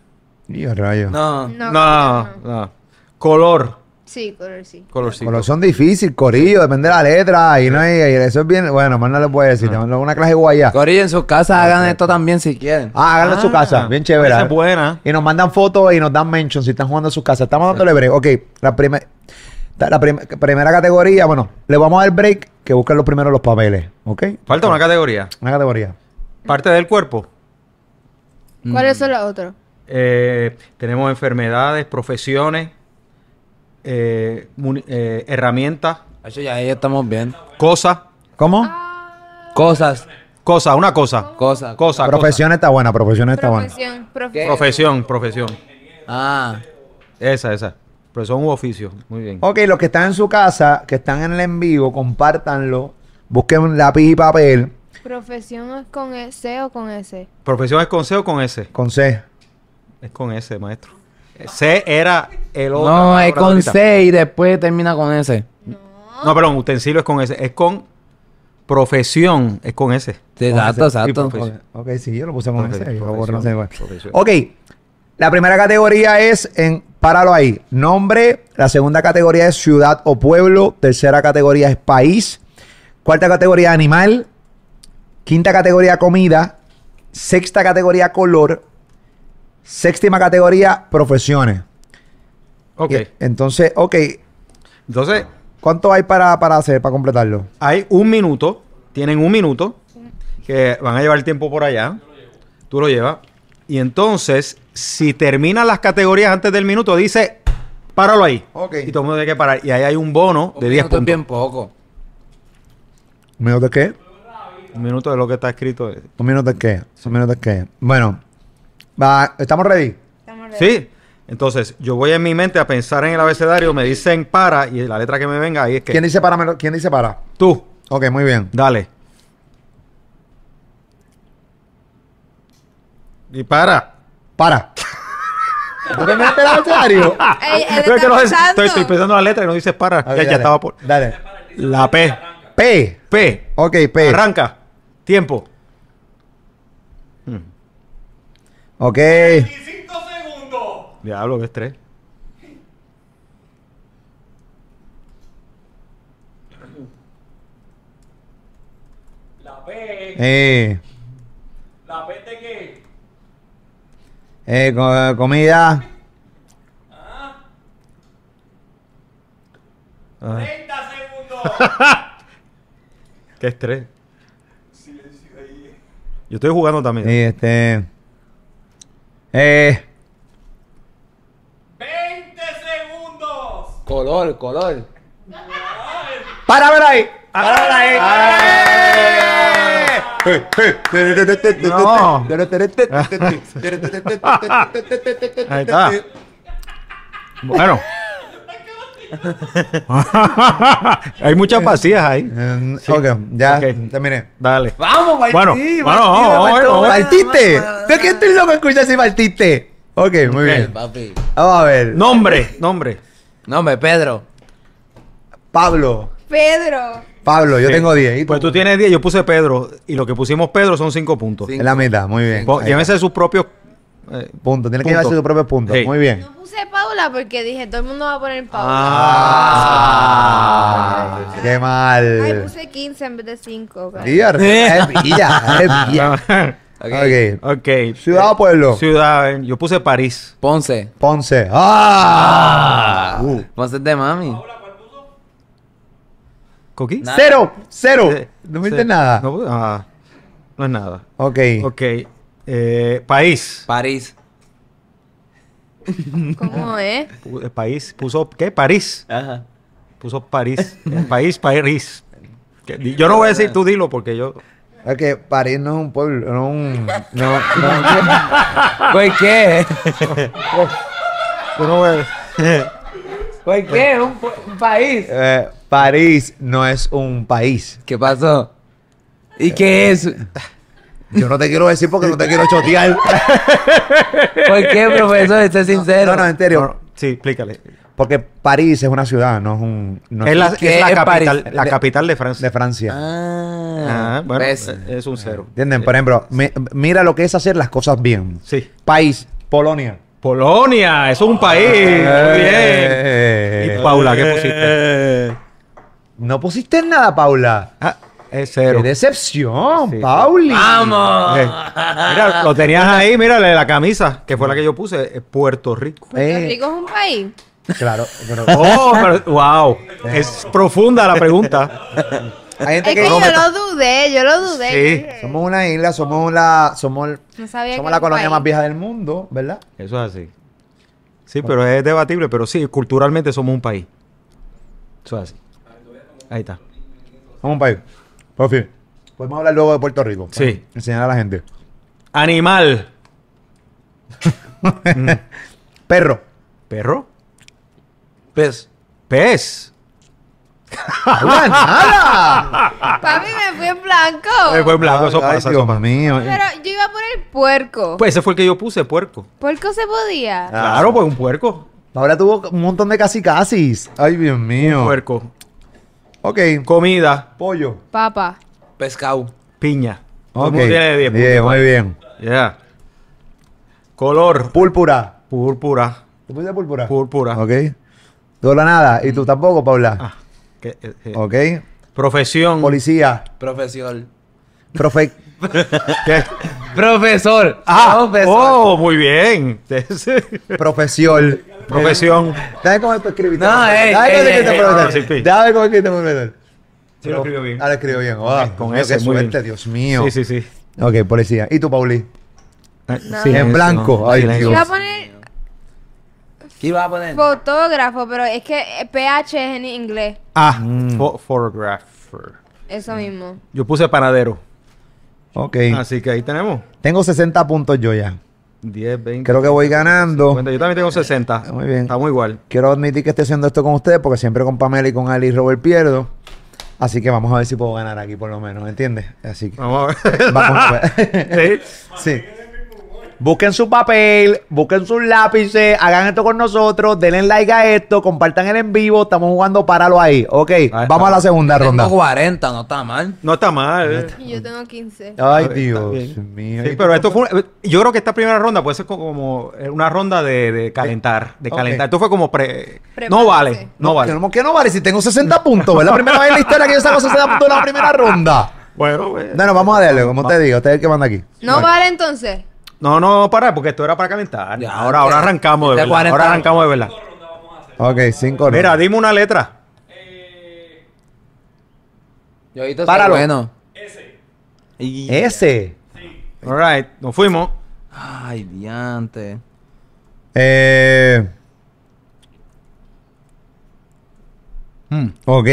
Dios rayo. No. No. no, comida no. no. Color. Sí, color sí. Colorcito. Pero son difíciles, corillo, depende de la letra. Y no hay, y eso es bien. Bueno, más no le puedo decir. no, Una clase guayá. Corillo, en sus casas hagan esto también si quieren. Ah, háganlo en su casa. Bien chévere. Esa es buena. Y nos mandan fotos y nos dan mentions si están jugando en su casa. Estamos dándole break. Ok, la, prime- ta- la prim- primera categoría, bueno, le vamos a dar break que busquen los primeros los papeles. ¿Ok? Falta una categoría. Una categoría. Parte del cuerpo. Mm. ¿Cuáles son los otros? Eh, tenemos enfermedades, profesiones, eh, muni- eh, herramientas, Hacho, ya ahí estamos bien. cosas. ¿Cómo? Cosas. Cosa, una cosa. Cosas. Cosa, cosa. profesión está buena, profesión está buena. Profesión, profe- Profesión, profesión. Ah. Esa, esa. Profesión u oficio. Muy bien. Ok, los que están en su casa, que están en el en vivo, compártanlo. Busquen un lápiz y papel Profesión es con E- C o con S. Profesión es con C o con S. con C. Es con ese, maestro. C era el otro. No, es ahora con ahorita. C y después termina con S. No, perdón, utensilio es con ese. Es con profesión, es con ese. Exacto, exacto. Ok, ok, sí, yo lo puse con Profe- ese. yo lo profesión, borré, no sé, bueno. profesión. Ok, la primera categoría es en. Páralo ahí. Nombre. La segunda categoría es ciudad o pueblo. Tercera categoría es país. Cuarta categoría animal. Quinta categoría comida. Sexta categoría color. Séptima categoría profesiones. Ok. Y- Entonces, ok. Entonces, ¿Cuánto hay para, para hacer, para completarlo? hay un minuto. Tienen un minuto. Que van a llevar el tiempo por allá. Tú lo llevas. Y entonces, si terminan las categorías antes del minuto, dice, páralo ahí. Ok. Y todo el mundo tiene que parar. Y ahí hay un bono de 10 puntos. bien poco. ¿Un minuto de qué? Un minuto de lo que está escrito. ¿Un minuto de qué? ¿Un minuto de qué? Bueno, va, ¿estamos ready? Estamos ready. Sí. Entonces, yo voy en mi mente a pensar en el abecedario, me dicen para y la letra que me venga ahí es que ¿Quién dice para? Me lo- ¿Quién dice para? tú, Ok, muy bien. dale. Y para. Para. ¿Tú te metiste el abecedario? Ey, él Es está que no es- pensando. estoy, estoy pensando en la letra y no dices para. Ok, ya, ya dale. estaba por Dale. la P. P. P. Ok, P. Arranca. Tiempo. Ok. Eh, Diablo, que estrés. Eh. ¿La P de qué? Eh, co- comida. Qué estrés. Yo estoy jugando también. Sí, este. Eh. Color, color. ¡Para ver ahí! Ah. ¡Para ver ¡Ay! ahí! No. Ahí está. Bueno. Hay muchas vacías ahí. Mm, Ok, ya Ok. terminé. Dale. Vamos, Bueno, Martí, bueno, Martí, vamos, me vamos, faltó vamos. una. ¡Partiste! ¿De qué estoy loco escuchar si partiste? Ok, muy bien. Papi. Vamos a ver. Nombre, nombre. Nombre, Pedro. Pablo. Pedro. Pablo, yo Sí. tengo 10. ¿y tú? Pues tú tienes 10, yo puse Pedro. Y lo que pusimos Pedro son 5 puntos. Sí. En la mitad, muy bien. Po- Ahí está. Llévense sus propios. eh, Punto, tiene que punto. llevarse su propio punto. Sí. Muy bien. No puse Paula porque dije, todo el mundo va a poner Paula. Ah. Ay, qué Ay, mal. puse 15 en vez de 5. Día, es pilla, es pilla. Ok. ok. Ciudad o pueblo. Ciudad, eh, yo puse París. Ponce. Ponce. ¡Ah! Uh. Ponce es de mami. ¿Coquí? Cero, cero. Eh, No me diste sí. nada. No, ah, no es nada. Ok. Ok. eh, país. París. ¿Cómo es? Pu- eh, país. Puso, ¿qué? París. Ajá. Puso París. Eh, país, París. Que- di- Yo no voy a decir tú dilo porque yo. Es que París no es un pueblo, no es un... No, no, ¿Por qué? yo no voy a- ¿Por qué? Un, país. eh, París no es un país. ¿Qué pasó? ¿Y qué es? Yo no te quiero decir porque no te quiero chotear. ¿Por qué, profesor? Esté sincero. No, no, en serio. No, no, sí, explícale. Porque París es una ciudad, no es un... no es la, ¿Qué es la es capital, París? la De- capital de Francia. de Francia. Ah, Ah, bueno, ves. eh, es un cero. ¿Entienden? Por ejemplo, mi- mira lo que es hacer las cosas bien. Sí. País, Polonia. Polonia, es un país. Muy bien. Eh, Y Paula, ¿qué pusiste? No pusiste nada, Paula. Ah, es cero. ¡Qué decepción, Sí, sí. Pauli! ¡Vamos! Eh, Mira, lo tenías ahí, mírale la camisa, que fue la que yo puse, eh, Puerto Rico. ¿Puerto Eh, Rico es un país? claro, pero Oh, pero- wow. Es profunda la pregunta. hay gente Es que que yo lo dudé, yo lo dudé. Sí. Yo dije, somos una isla, somos la, somos, el- No sabía que somos era la un colonia país. más vieja del mundo, ¿verdad? Eso es así. Sí, pero es debatible, pero sí, culturalmente somos un país. Eso es así. Ahí está. Somos un país. Por fin. Podemos hablar luego de Puerto Rico. para Sí. Enseñar a la gente. Animal. Perro. Perro. Pues, Pez. ¡Habla nada! Papi, me fui en blanco. Eh, pues, blanco, eso Ah. Ay, pasa, Dios eso pasa. mío. Pero yo iba a poner puerco. Pues ese fue el que yo puse, puerco. ¿Puerco se podía? Ah, claro, pues un puerco. Ahora tuvo un montón de casi casis. Ay, Dios mío. Puerco. Ok. Comida, Pollo. Papa. Pescado. piña. Todo el Ok. mundo tiene 10 Bien, puntos. muy bien. Yeah. Color, Púrpura. púrpura, ¿Te pusiste púrpura? púrpura. Ok. Tú la nada. Y tú tampoco, Paula. Ah, que- eh, eh. Ok. Profesión. Policía. Profesor. Profe. ¿Qué? Profesor. Ah, profesor. oh, muy bien. Ese- profesión. Profesión. Déjame cómo tú escribiste. No, Déjame eh, cómo eh, escribiste, eh, profesor. no, sí, sí. Déjame cómo escribiste, profesor. Sí, lo escribió bien. Ah, lo escribió bien. Ah, Ok, con Dios mío, ese, Qué muy suerte, bien. Dios mío. Sí, sí, sí. Ok, policía. ¿Y tú, Pauli? En blanco. Ay, Dios. Iba a poner ¿Qué iba a poner? fotógrafo, pero es que eh, PH es en inglés. Ah, pho- photographer. Eso mismo. Yo puse panadero. Ok. Así que ahí tenemos. Tengo 60 puntos yo ya. 10, 20. Creo que voy ganando. 50. Yo también tengo 60. Muy bien. Estamos igual. Quiero admitir que estoy haciendo esto con ustedes porque siempre con Pamela y con Ali y Robert pierdo. Así que vamos a ver si puedo ganar aquí por lo menos, ¿entiendes? Así que Vamos a ver. vamos a ver. Sí. sí. Busquen su papel, busquen sus lápices, hagan esto con nosotros, denle like a esto, compartan el en vivo, estamos jugando páralo ahí. Ok, vamos a la segunda Tengo ronda. 40, no está mal. No está mal. eh. Y yo tengo 15. Ay, Está bien. Dios mío. Sí, pero esto fue. eh, Yo creo que esta primera ronda puede ser co- como una ronda de, de calentar. De Ok. calentar. Esto fue como pre. Prepárense. No vale. No vale. ¿Por qué no vale? Si tengo 60 puntos, es la primera vez en la historia que yo saco 60 puntos en la primera ronda. Bueno, pues. No, no, vamos a darle, como te digo, usted es el que manda aquí. No vale entonces. No, no, para, porque esto era para calentar. Ya, ahora, ok. ahora arrancamos de De verdad. 40. Ahora arrancamos de verdad. Ok, cinco rondas. Mira, dime una letra. Yo ahorita Páralo. Eh. bueno. Ese. Y... S. All right, nos fuimos. Ay, diante. Eh. Hmm. Ok.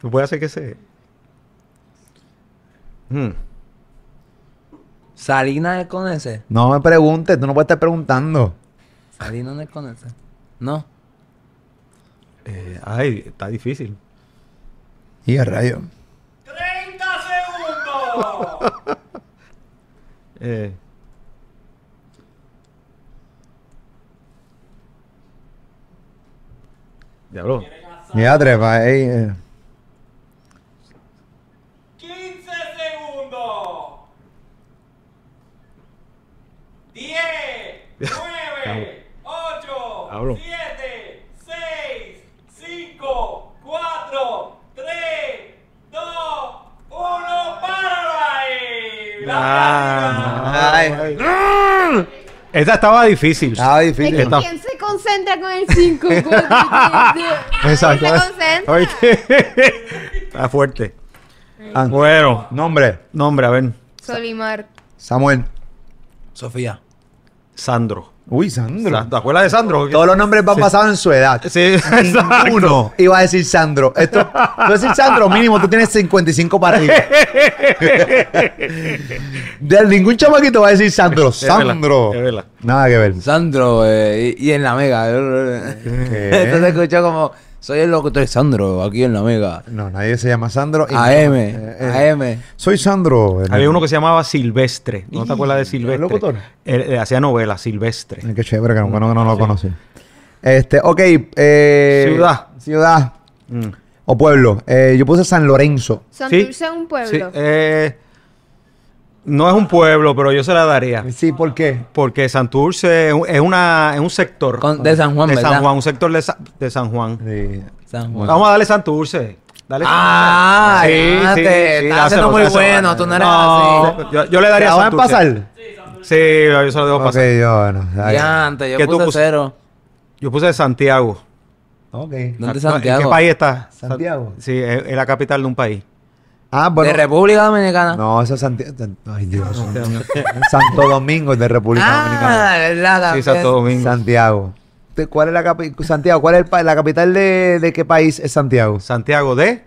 Tú puedes hacer que se. Hmm. Salina es con ese. No me preguntes, tú no puedes estar preguntando. Salina no es con ese. No. Eh, ay, está difícil. Y a rayo. Eh. Diablo. Ya trepa, ey, eh. Diablo. Ah, Ay, esta estaba difícil. estaba Es difícil. que Está- ¿Quién se concentra con el 5? Exacto. ¿Quién se concentra? Oíste. Está fuerte. Ah, Bueno, nombre, nombre, a ver. Solimar. Samuel. Sofía. Sandro. Uy, Sandro. Sa- ¿Te acuerdas de Sandro? Todos los nombres van basados en su edad. Sí, exacto. Uno iba a decir Sandro. Esto, tú decir Sandro, mínimo tú tienes 55 para arriba. De ningún chamaquito va a decir Sandro. Es verdad, Sandro. es verdad. Nada que ver. Sandro, eh, y, y en la mega. Eh. Entonces escuchó como, soy el locutor Sandro, aquí en la mega. No, nadie se llama Sandro. y- AM, Eh, eh, AM. Soy Sandro. eh, Había uno que se llamaba Silvestre. ¿No te acuerdas de Silvestre? locutor? Él, eh, hacía novelas, Silvestre. Qué chévere, que no, que no, no lo conocí. Este, ok. eh, Ciudad. Ciudad Mm. o pueblo. Eh, yo puse San Lorenzo. Santurce es un pueblo. Sí, eh, no es un pueblo, pero yo se la daría. Sí, ¿por qué? Porque Santurce es un- es, una, es un sector. Con- de San Juan, De ¿verdad? San Juan, un sector de, Sa- de San Juan. Sí. San Juan. Vamos a darle Santurce. Dale Ah, Santurce. ya te- estás haciendo muy dáselo. bueno, tú no eres así. Yo, yo le ¿Te daría la van a Santurce. pasar? Sí, yo se lo debo Ok, pasar. yo, bueno. ahí. Diante, yo ¿Qué tú puse puse? cero. Yo puse Santiago. Ok. ¿Dónde es No, ¿En qué Santiago? país está? ¿Santiago? Sí, es, es la capital de un país. Ah, bueno. De República Dominicana. No, eso es Santiago. Ay, Dios mío. Santo Domingo es de República ah, Dominicana. verdad. Sí, también. Santo Domingo. Santiago. ¿De ¿Cuál es la capital? Santiago, ¿cuál es el pa- la capital de, de qué país es Santiago? Santiago de...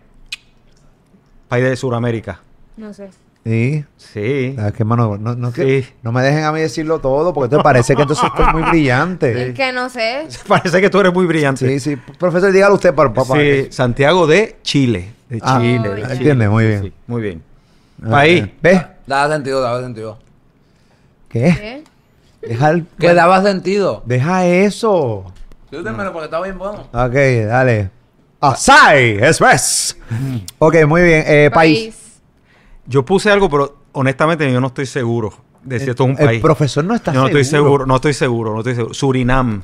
País de Sudamérica. No sé. Eh, Sí. Sí. ¿Sabes qué, hermano? No, no, que- Sí. no me dejen a mí decirlo todo, porque entonces parece que entonces estoy muy brillante. Es que no sé. Parece que tú eres muy brillante. Sí, sí. Profesor, dígalo usted, por papá. Sí, Santiago de Chile. De Ah, Chile. de ya. Chile. Entiende, muy bien. Sí, muy bien. Ah, País. ¿Ves? Daba sentido, daba sentido. ¿Qué? ¿Qué? Deja, el- Que daba sentido. deja eso. Yo termino porque estaba bien bueno. Ok, dale. Asai, eso es. Ok, muy bien. Eh, país. Yo puse algo, pero honestamente yo no estoy seguro de si esto es un el país. Eh, profesor no está Yo no estoy seguro. seguro, no estoy seguro, no estoy seguro. Surinam.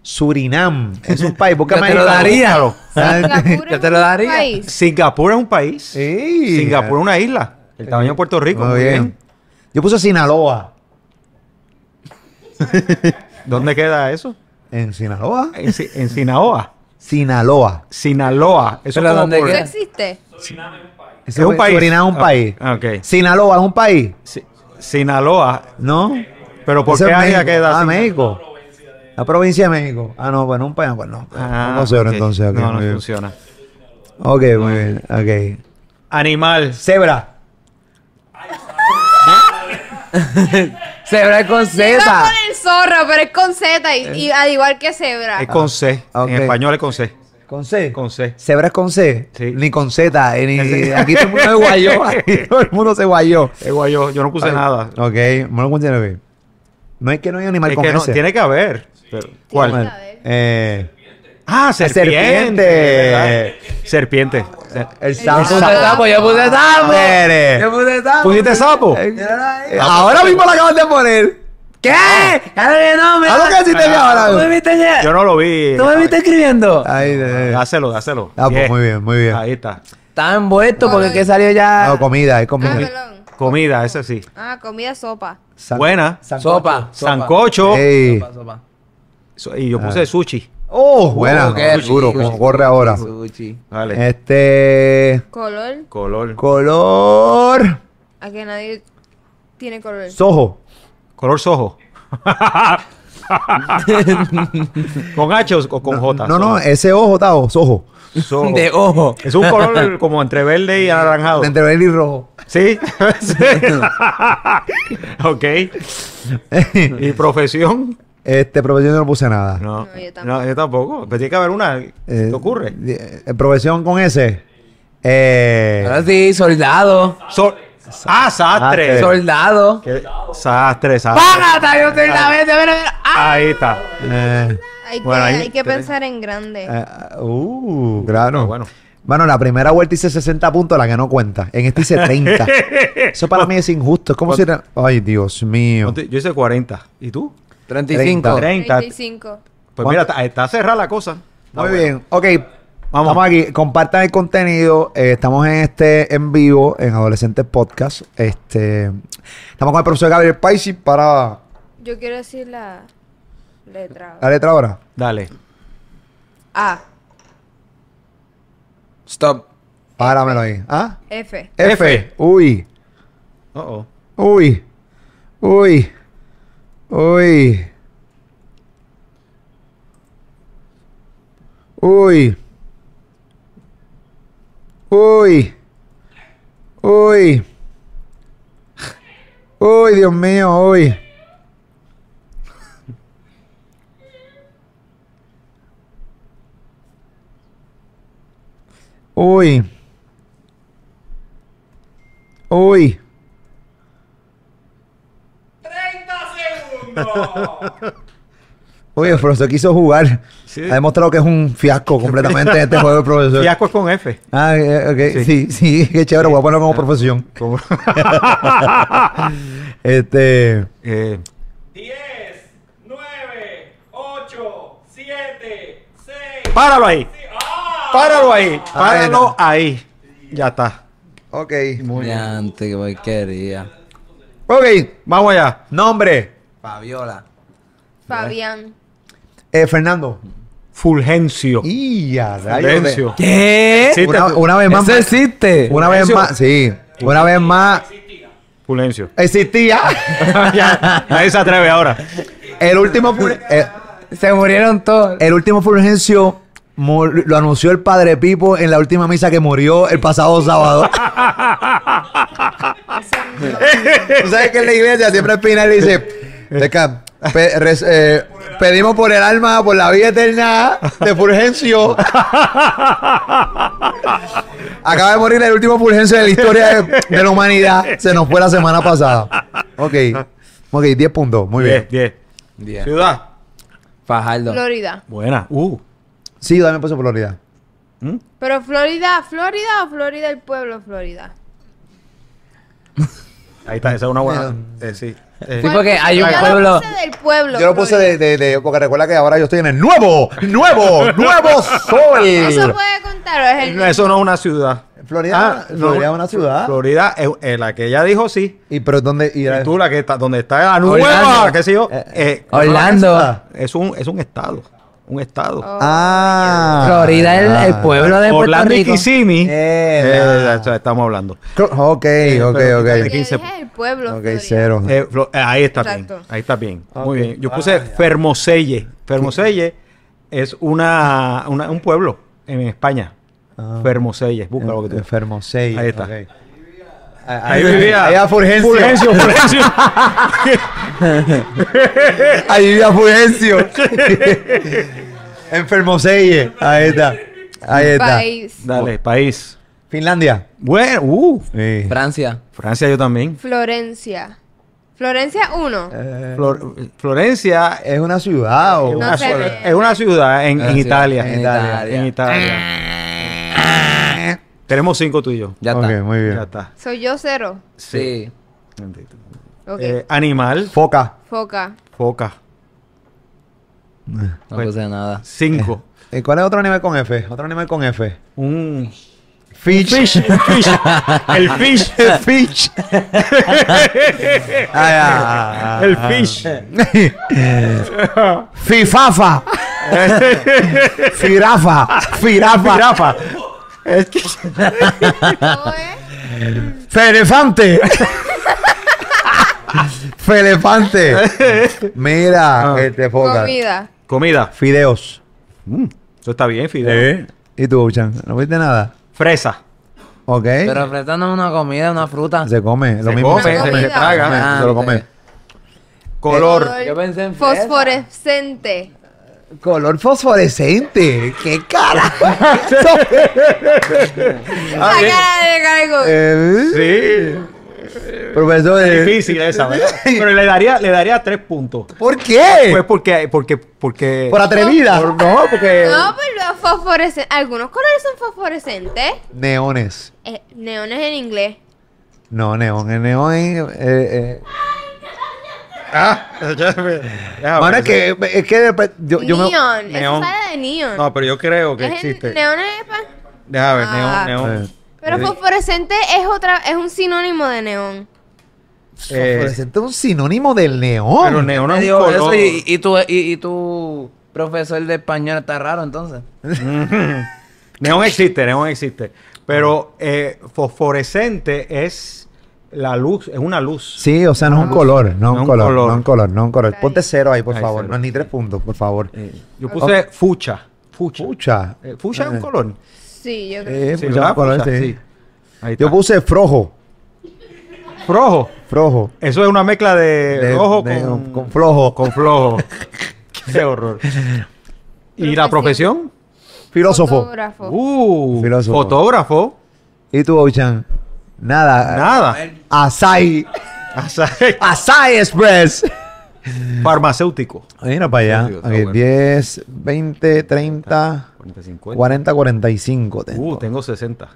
Surinam. Es un país. Busca Yo te lo daría. Ah, Singapur Yo es te lo un daría. país. Singapur es un país. Sí. Singapur es una isla. El tamaño de Puerto Rico. Muy bien. Yo puse Sinaloa. ¿Dónde queda eso? ¿En Sinaloa? En, Si- en Sinaloa. Sinaloa. Sinaloa. Eso Pero es como ¿dónde por- ¿Eso queda? existe? Es un país. Surinam es un Ah, país. ah, ok. Sinaloa es un país. Si- Sinaloa. ¿No? Pero ¿por Ese qué es área México. queda Ah, Sin- México. La provincia de México. Ah, no, bueno, un país. Bueno, no. Ah, no cero ok. entonces. ok, no, muy no bien. funciona. Ok, muy bien. Ok. Animal. Zebra. Zebra con Iba Z. con el zorro, pero es con Z y, y al igual que cebra. Ah, Es con C. Ah, ok. En español es con C. ¿Con C? Con C. ¿Zebra es con C? Sí. Ni con Z. eh, ni- aquí todo el mundo se guayó. Aquí todo el mundo se guayó. Es guayo. Yo Ah, no puse Ay, nada. Ok, bueno, continúa, ok. No es que no hay animal Es con que no, ese. tiene que haber. Pero, ¿Cuál? Bueno, eh, Ah, serpiente. serpiente. Ah, ¿verdad? Serpiente. el Yo sapo. puse sapo, yo puse sapo. Mire. Yo puse sapo. ¿Pusiste sapo? Eh, Ahora mismo lo acabas de poner. ¿Qué? Ah, Claro que no, me. Ah, ¿A lo que sí te vi ahora? ¿Tú me viste, Yo no lo vi. ¿Tú me viste escribiendo? Ahí, eh, Dáselo, dáselo. Ah, pues Yeah. muy bien, muy bien. Ahí está. Estaba envuelto porque que salió ya. No, comida, es Ah, comida. perdón. Comida, esa sí. Ah, comida sopa. San- Eh. Buena. sancocho. Sopa. Sancocho. Ey. Sopa, sopa. So- Y yo Ah. puse sushi. Oh, buena. Oh, qué no, duro, rico. como corre ahora. Sushi. Vale. Eh, Este. Color. Color. Color. A que nadie tiene color. Sojo. Color sojo. ¿Con H o o con J? No, no, ese ojo, Tao, sojo. Sojo. De ojo. Eh. Es un color como entre verde y anaranjado. Entre verde y rojo. Sí. Sí. ok. ¿Y profesión? Este, profesión yo no puse nada. No, No. yo tampoco. No, yo tampoco. Pero tiene que haber una. Eh, ¿Qué ocurre? de- eh, profesión con ese. Eh, Ahora sí, soldado. So- ah, sastre. Sastre. Sol- Soldado. ¿Qué? Sastre, Ah. sastre. ¡Págata! Yo estoy en la mente, mira, mira. ¡Ah! Ahí está. eh, Hay que, Bueno, ahí hay que tenés. pensar en grande. eh, uh, claro. Ah, Bueno. bueno. la primera vuelta hice 60 puntos, la que no cuenta. En esta hice 30. Eso para mí es injusto. Es como si era- Ay, Dios mío. ¿Cuánto- Yo hice 40. ¿Y tú? 35. 30. 35. Pues mira, está, está cerrada la cosa. Está Muy bueno. bien. Ok. Vamos. Estamos aquí. Compartan el contenido. Eh, estamos en este en vivo, en Adolescentes Podcast. Este, estamos con el profesor Gabriel Paisi para Yo quiero decir la letra. la letra ahora. Dale. A. Stop. Páramelo ahí. ¿Ah? F. F. Uy. Uh -oh. Uy. Uy. Uy. Uy. Uy. Uy. Uy, Dios mío, uy. Uy. Uy. Oye, el profesor quiso jugar. Sí. Ha demostrado que es un fiasco completamente este juego, el profesor. Fiasco es con F. Ah, eh, ok. Sí, sí, qué chévere. Voy a ponerlo como profesión. Como- Este. Eh, 10, 9, 8, 7, 6. páralo ahí. Páralo ahí. Páralo bueno. ahí. Ya está. Ok. Diante, qué porquería. Ok. Vamos allá. Nombre. Fabiola. Fabián. Eh, Fernando. Fulgencio. Y a rayos de- Fulgencio. ¿Qué? Sí, Una, te- una vez más. ¿Eso existe? Una vez más. Sí. Una vez más. Fulgencio. Existía. Ya, nadie se atreve ahora. El último. ful- eh, Se murieron todos. El último Fulgencio mur- lo anunció el padre Pipo en la última misa que murió el pasado sábado. Tú sabes que en la iglesia siempre al final dice, "Teca, pe- res- eh, pedimos por el alma, por la vida eterna de Fulgencio. Acaba de morir el último Fulgencio de la historia de, de la humanidad. Se nos fue la semana pasada. Ok. Ok, 10 puntos. Muy bien. 10, 10. Diez. Ciudad. Fajardo. Florida. Buena. Uh. Sí, yo también puse por Florida. Pero Florida, Florida o Florida el pueblo Florida. Ahí está, esa es una buena. Eh, sí. Eh, Sí, porque hay un Yo pueblo. lo puse del pueblo. Yo lo puse de, Florida. de- de- Porque recuerda que ahora yo estoy en el nuevo, nuevo, nuevo sol. ¿Eso puede contar o es el no, eso no es una ciudad. Florida, Ah, no. Florida es una ciudad. Florida es eh, la que ella dijo sí. ¿Y pero dónde? Y Y tú la que está, donde está la Orlando. nueva, qué sé yo. eh, Orlando. Es un, es un estado. Un estado. Ah. Florida es el, el pueblo Oh, de Puerto Orlando y Rico. Kissimmee. Eh, eh, de eso estamos hablando. Ah. Cro- Ok, ok, pero ok. quítate Yo 15. dije el pueblo Ok, Florida. cero. Eh, Flo- eh, ahí está Exacto. bien. Ahí está bien. Muy bien. Ah, Yo puse Fermoselle. Fermoselle es una, una- un pueblo en España. Ah. Fermoselle. Busca lo que tú. Enfermo 6. Ahí está. Ahí vivía. Ahí a Fulgencio. Fulgencio, Fulgencio. Ahí vivía Fulgencio. Enfermo 6. Ahí está. Ahí está. País. Dale, país. Finlandia. Bueno, uh, Sí. Francia. Francia yo también. Florencia. Florencia 1. Eh. Flor- Florencia Es una ciudad o es No una, sé. ciudad- es una ciudad en, en Francia, Italia. en Italia. En Italia. Tenemos cinco tú y yo. Ya Ok, está. muy bien. Ya está. Soy yo cero. Sí. Ok. Eh, animal, Foca. Foca. foca. No Bueno. puse nada. Cinco. ¿Y Eh, cuál es otro animal con F? Otro animal con F. Un Fish. fish, fish. El fish. El fish. Ah, El fish. ya. Fifafa. Firafa. Firafa. Firafa. Ah. ¿Cómo es? Felefante. Felefante. Mira, este foca. Comida. Comida. Fideos. Mm, eso está bien, fideo. Eh. ¿Y tú, Chan? ¿No viste nada? Fresa. Ok. Pero fresa no es una comida, es una fruta. se come. Lo Se mismo. come, se se, come. se traga. Ah, se lo ok. come. Color. Yo pensé en fresa. Fosforescente. Color fosforescente. ¡Qué cara! Ah, La cara de cargo. Eh, Sí. Profesor. eh, Difícil esa, ¿verdad? Pero le daría, le daría tres puntos. ¿Por qué? Pues porque, porque, porque. Por atrevida. Por- no, porque. No, pero fosforescente. Algunos colores son fosforescentes. Neones. Eh, neones en inglés. No, neón. El neón es. Eh, eh. Déjame Mano, es pensar. que, es que después- yo, yo me. eh, neon. Eso Neón. sale de neon. No, pero yo creo que Es en- existe. Neón es pa- Déjame ver, Ah. neón, neón. Eh. Pero Sí. fosforescente es otra, es un sinónimo de neón. Eh, Fosforescente es un sinónimo del neón. Pero neón Me es un dijo eso color. y, y tu, y, y tu profesor de español está raro entonces. Neón existe, neón existe. Pero eh, fosforescente es la luz, es una luz. Sí, o sea, no es un color, no es un color, no color. es un color, no es un color. Ahí. Ponte cero ahí, por Ahí, favor. cero. No es ni tres puntos, por favor. Yo puse fucha. Fucha. Pucha. Eh, fucha es un Eh. color. Sí, yo creo. Eh, Sí, pucha, ¿verdad? un color, Fucha, sí. sí. Ahí está. Yo puse frojo, rojo. frojo. Eso es una mezcla de, De- Eh, rojo de- con, con flojo. Con flojo. Qué horror. ¿Y la profesión? Filósofo. Fotógrafo. Uh, Filósofo. fotógrafo. ¿Y tú, Ochan? Nada. Nada. Asai. Asai Express. Farmacéutico. Mira para Sí, sí, allá. está Ok, bueno. 10, 20, 30, 40, 50. 40, 45. tengo. Uh, tengo 60.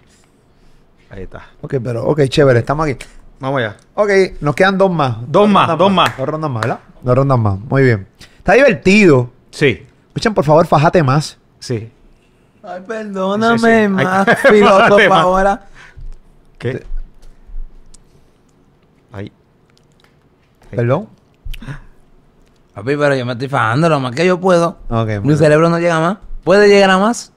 Ahí está. Ok, pero, ok, chévere, estamos aquí. Vamos allá. Ok, nos quedan dos más. Dos más, rondas dos más. Dos rondas más, ¿verdad? Dos rondas más. Muy bien. Está divertido. Sí, Escuchan, por favor, fájate más. sí. Ay, Sí, sí, perdóname, sí. más Ay, perdóname, filósofo más. ahora. ¿Qué? Ahí. Sí. ¿Perdón? Papi, pero yo me estoy fajando lo más que yo puedo. Ok, Mi muy bien. cerebro no llega más. Puede llegar a más,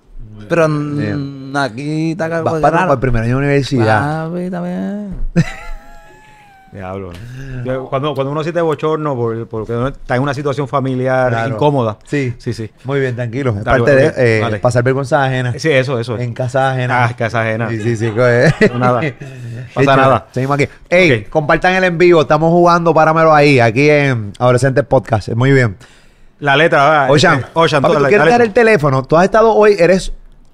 pero mm, Bien. aquí está Vas para, algo raro. para el primer año de universidad. Papi, está bien. Diablo. Yo- Cuando, cuando uno siente bochorno por- porque uno está en una situación familiar Claro. incómoda. Sí. Sí, sí. Muy bien, tranquilo. Es Dale, parte de ok, eh, dale. pasar vergüenza ajena. Sí, eso, eso. En casa ajena. Ah, casa ajena. Sí, sí, sí. coge. No, nada. Pasa Hecho, nada. Seguimos aquí. Ey, Ok. compartan el en vivo. Estamos jugando, páramelo ahí, aquí en Adolescentes Podcast. Muy bien. La letra. ah, Ocean, eh, Ocean, papi, toda tú la- quieres la dar el letra. teléfono. Tú has estado hoy, eres...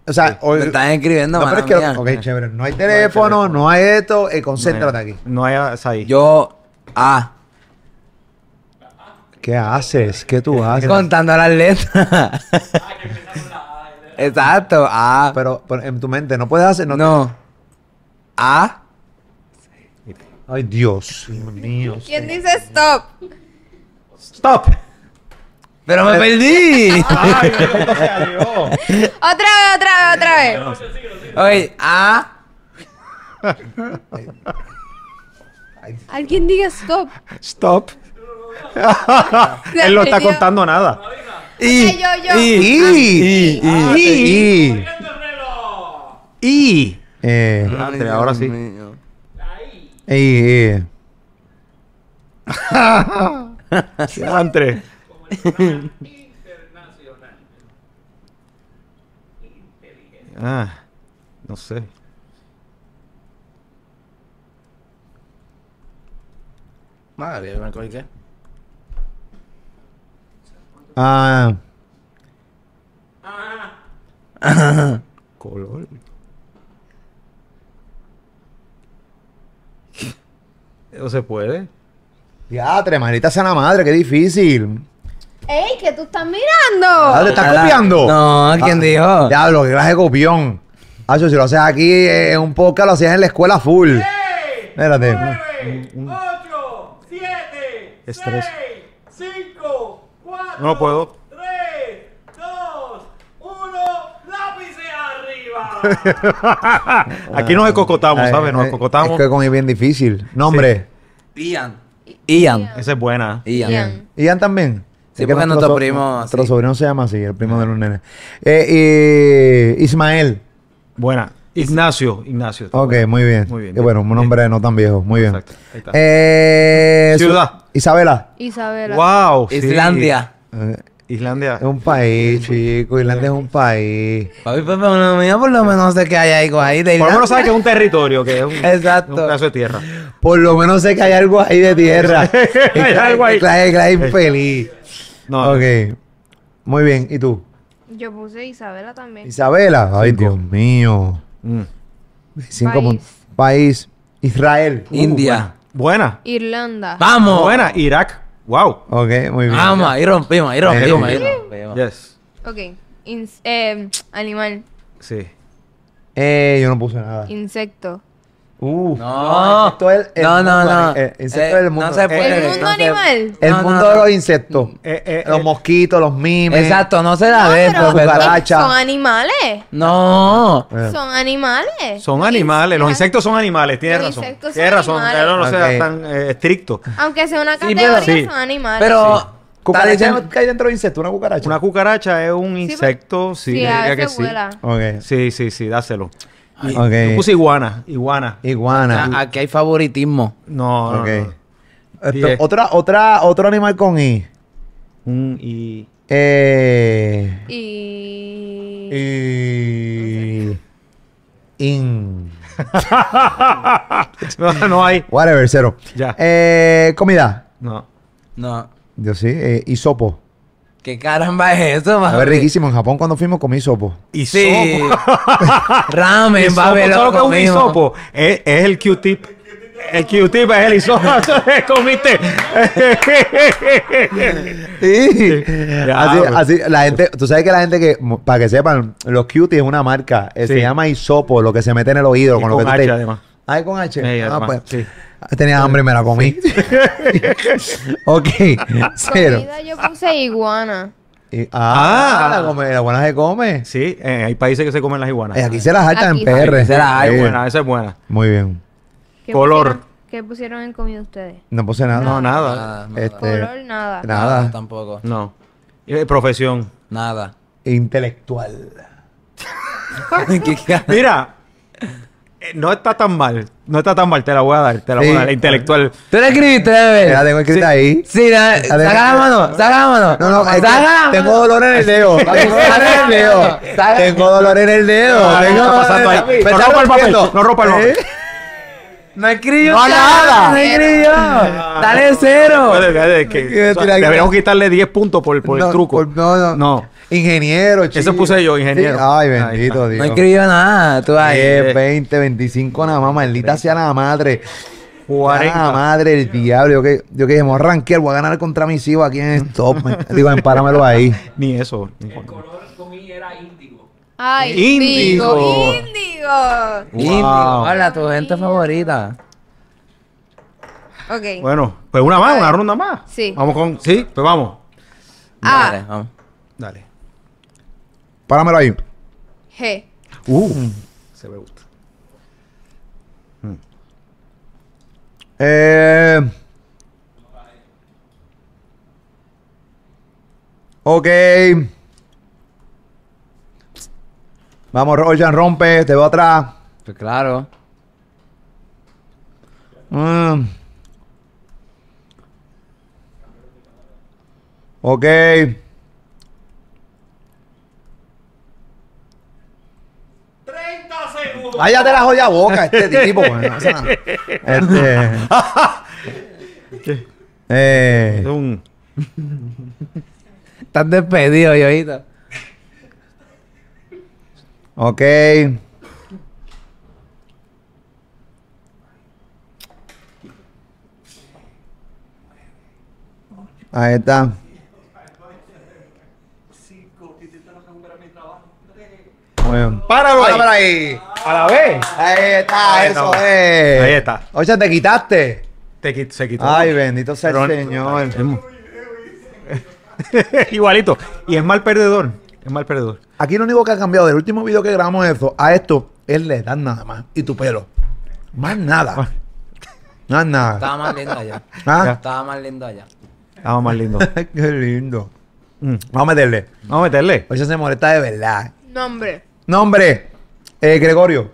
O sea, hoy... Me estás escribiendo, Pues, No, pero es mano que... mía. Ok, chévere. No hay teléfono, no hay esto. eh, concéntrate aquí. No hay as ahí. Yo, ah, ¿Qué haces? ¿Qué Eh, tú haces? contando las letras. Ah, Exacto, ah. Pero, pero en tu mente no puedes hacer... No. No. Ah. Ay, Dios. Dios mío. ¿Quién dice stop? ¡Stop! Pero Ah, eh. me perdí. Otra vez, otra vez, otra vez. Oye, ah. Alguien diga stop. ¡Stop! Él no está perdió. contando nada. Y, Ay, yo, yo. y, Y, y, y, y. y, Y. Eh, Andre, ahora sí. y, y. Andre. Ah, no sé. Madre, me acordé que- Ah, Color. ¿No se puede? diatre, manita sana madre, qué difícil. ¡Ey, que tú estás mirando! Ah, ¿te estás Ojalá. copiando? No, ¿quién Ah, dijo? Diablo, que clase de copión. Ah, yo, si lo haces aquí eh, en un podcast, lo hacías en la escuela full. Espérate. Estrés. No lo puedo. Aquí nos escocotamos, Ay, ¿sabes? Nos eh, escocotamos. Es que con es bien difícil. Nombre. Ian. Ian. Esa es buena. Ian. Ian también. Sí, Es que porque nuestro so- primo, Nuestro sí. sobrino se llama así, el primo de los nenes. Eh, eh, Ismael. Buena. Ignacio. Ignacio. Ok, muy bien. Muy bien. Qué bueno, un nombre no tan viejo. Muy bien. Exacto. Ahí está. Eh, su- Ciudad. Isabela. Isabela. Wow. sí. Islandia. Eh, Islandia. Es un país, chico. Irlanda es un país. Papi, pues, por lo menos- por lo menos sé que hay algo ahí de Por lo Irlanda. menos sabes que es un territorio, que es un, Exacto. un pedazo de tierra. Por lo menos sé que hay algo ahí de tierra. Hay algo ahí. Claro, claro, infeliz. No, Ok. Muy bien. ¿Y tú? Yo puse Isabela también. Isabela. Ay, Dios mío. mm. Cinco País. puntos. País. Israel. Uh, India. buena. Irlanda. Vamos. pues. Buena. Irak. Wow. bueno. Ok, muy bien. Vamos, ahí rompimos, ahí rompimos, ahí rompimos. Yes. Ok. Ins- eh, animal. Sí. Eh, yo no puse nada. Insecto. Uh, No. insecto es el- el No, no, mundo, no. El insecto Eh, del mundo. no se puede. ¿El mundo no se- animal? El No, no, mundo no. de los insectos. Eh, eh, los eh. mosquitos, los mimes. Exacto, no se Ah, la ve, pero profesor. cucaracha. Son animales. No. Eh. Son animales. Son animales. Los Insectos. insectos son animales. Tienes Los razón. insectos Tienes son razón. animales. Pero no Ok. sea tan eh, estricto. Aunque sea una Sí, categoría, pero- Sí. son animales. Pero. Cucaracha está ¿no diciendo- ¿Qué hay dentro de insecto? ¿Una cucaracha? Una cucaracha es un pero- insecto. Sí, sí, yo a diría que veces sí. vuela. Ok. Sí, sí, sí, dáselo. Y- Ok. Yo puse iguana. Iguana. Iguana. Ah, Aquí hay favoritismo. No, no, eh, Ok. no. Esto- Diez. otra, otra, otro animal con I. Un y. Eh. Y. Y. In. No, no hay. Whatever, cero. Ya. Eh, comida. No. No. Yo sí. Eh, hisopo. ¿Qué caramba es eso, Ah, A ver, riquísimo. En Japón, cuando fuimos, comí hisopo. Y Sí. pues. Ramen, Hisopo, va ¿sabes pues, lo que es un hisopo? Es, es el Q-tip. El Q-tip es el hisopo. Comiste. Sí. Ya, pues. así, bro. así, la gente, tú sabes que la gente que, mo- para que sepan, los cuties es una marca, eh, se Sí. llama Isopo, lo que se mete en el oído, Y con, lo que con tú te- H, además. Ay, con H. Sí, Ah, además, pues, sí. Tenía hambre y me la comí. ok, cero. Comida yo puse iguana. Y- ah, Ah. la, come- la buena se come. Sí, eh, hay países que se comen las iguanas. Eh, aquí se las hartan en Aquí. PR. Aquí se las Sí. Ay, buena, esa es buena. Muy bien. ¿Qué Color. Eh. pusieron- ¿Qué pusieron en comida ustedes? No puse nada. No, nada. Nada, Este, Color, nada. Ah, nada. nada. Tampoco. No. Eh, profesión. Nada. Intelectual. ¿Qué ca- Mira, Eh, No está tan mal, no está tan mal, te la voy a dar, te la voy Sí. a dar, la intelectual. Tú la escribiste, debe ver. La tengo escrita Sí. ahí. Sí, la, saca tengo- la mano, saca la mano. No, no, es que saca la mano. tengo dolor en el dedo. Tengo dolor en el dedo. Saca- Tengo dolor en el dedo. Ah, Tengo está pasando dolor en- ahí. Me No está rompa el papel, rompiendo. no rompa el papel. ¿Eh? No escribió No, nada. No escribió. Dale cero. Ah. Puede- puede que- Quiero o sea, tirar- Deberíamos quitarle 10 puntos por, por No, el truco. por- no, no. No. Ingeniero, chico. puse yo, ingeniero. Ay, Ahí bendito está. Dios. No escribió nada. Tú ahí. 10, 20, 25 Eh, nada más, maldita sea la madre. Sea la 40. madre el diablo. Yo que, yo que dije, me voy a rankear, voy a ganar contra mis hijos aquí en el top. man. Digo, empáramelo ahí. Ni eso. Ay, índigo. Índigo. Índigo. Índigo, Wow. Habla tu gente favorita. Ok. Bueno, pues una más, una ronda más. Sí. Vamos con. Sí, pues vamos. A, Dale, vamos. Dale. Páramelo ahí. G. Uh. Se me gusta. Eh, ok. Vamos, Rojan, rompe, te veo atrás. Pues claro. Mm. Ok. Ay, ya te la joya boca este tipo. bueno, no hace nada. Este. Es eh, un. Estás despedido, yoito. ok. Ahí está. Bueno. ¡Páralo! Ahora para Ahí. ahí. A la vez. Ahí está, Ahí eso está. es. Ahí está. Oye, te quitaste. Te qui- se quitó. Ay, bendito sea el Pero- Señor. Igualito. Y es mal perdedor. Es mal perdedor. Aquí lo único que ha cambiado del último video que grabamos eso a esto es la edad nada más. Y tu pelo. Más Ah. nada. Más nada. Estaba más lindo allá. ¿Ah? Estaba más lindo allá. Vamos más lindo. Qué lindo. Mm. Vamos a meterle. Vamos a meterle. Oye, se molesta de verdad. Nombre. Nombre. Eh, Gregorio.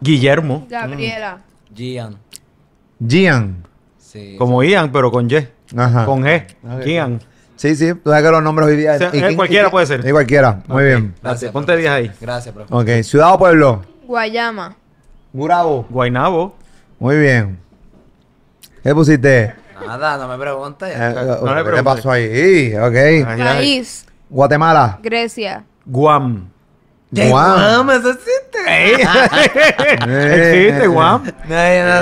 Guillermo. Gabriela. Mm. Gian. Gian. Sí. Como Ian, pero con Y. Ajá. Con G. Ah. Ok. Ian. Sí, sí. Tú sabes que los nombres hoy día... O sea, y- eh, y- cualquiera y- puede ser. Sí, cualquiera. Muy bien. Gracias, Ponte 10 ahí. Gracias, profe. Ok. Ciudad o pueblo. Guayama. Gurabo. Guainabo. Muy bien. ¿Qué pusiste? Nada, no me preguntes. Eh, no le ¿Qué preguntes. te pasó ahí? Ok. Ay, ay. País. Guatemala. Grecia. Guam. Ey, Guam. Guam, eso existe. Eh, Existe, Guam. No, yo no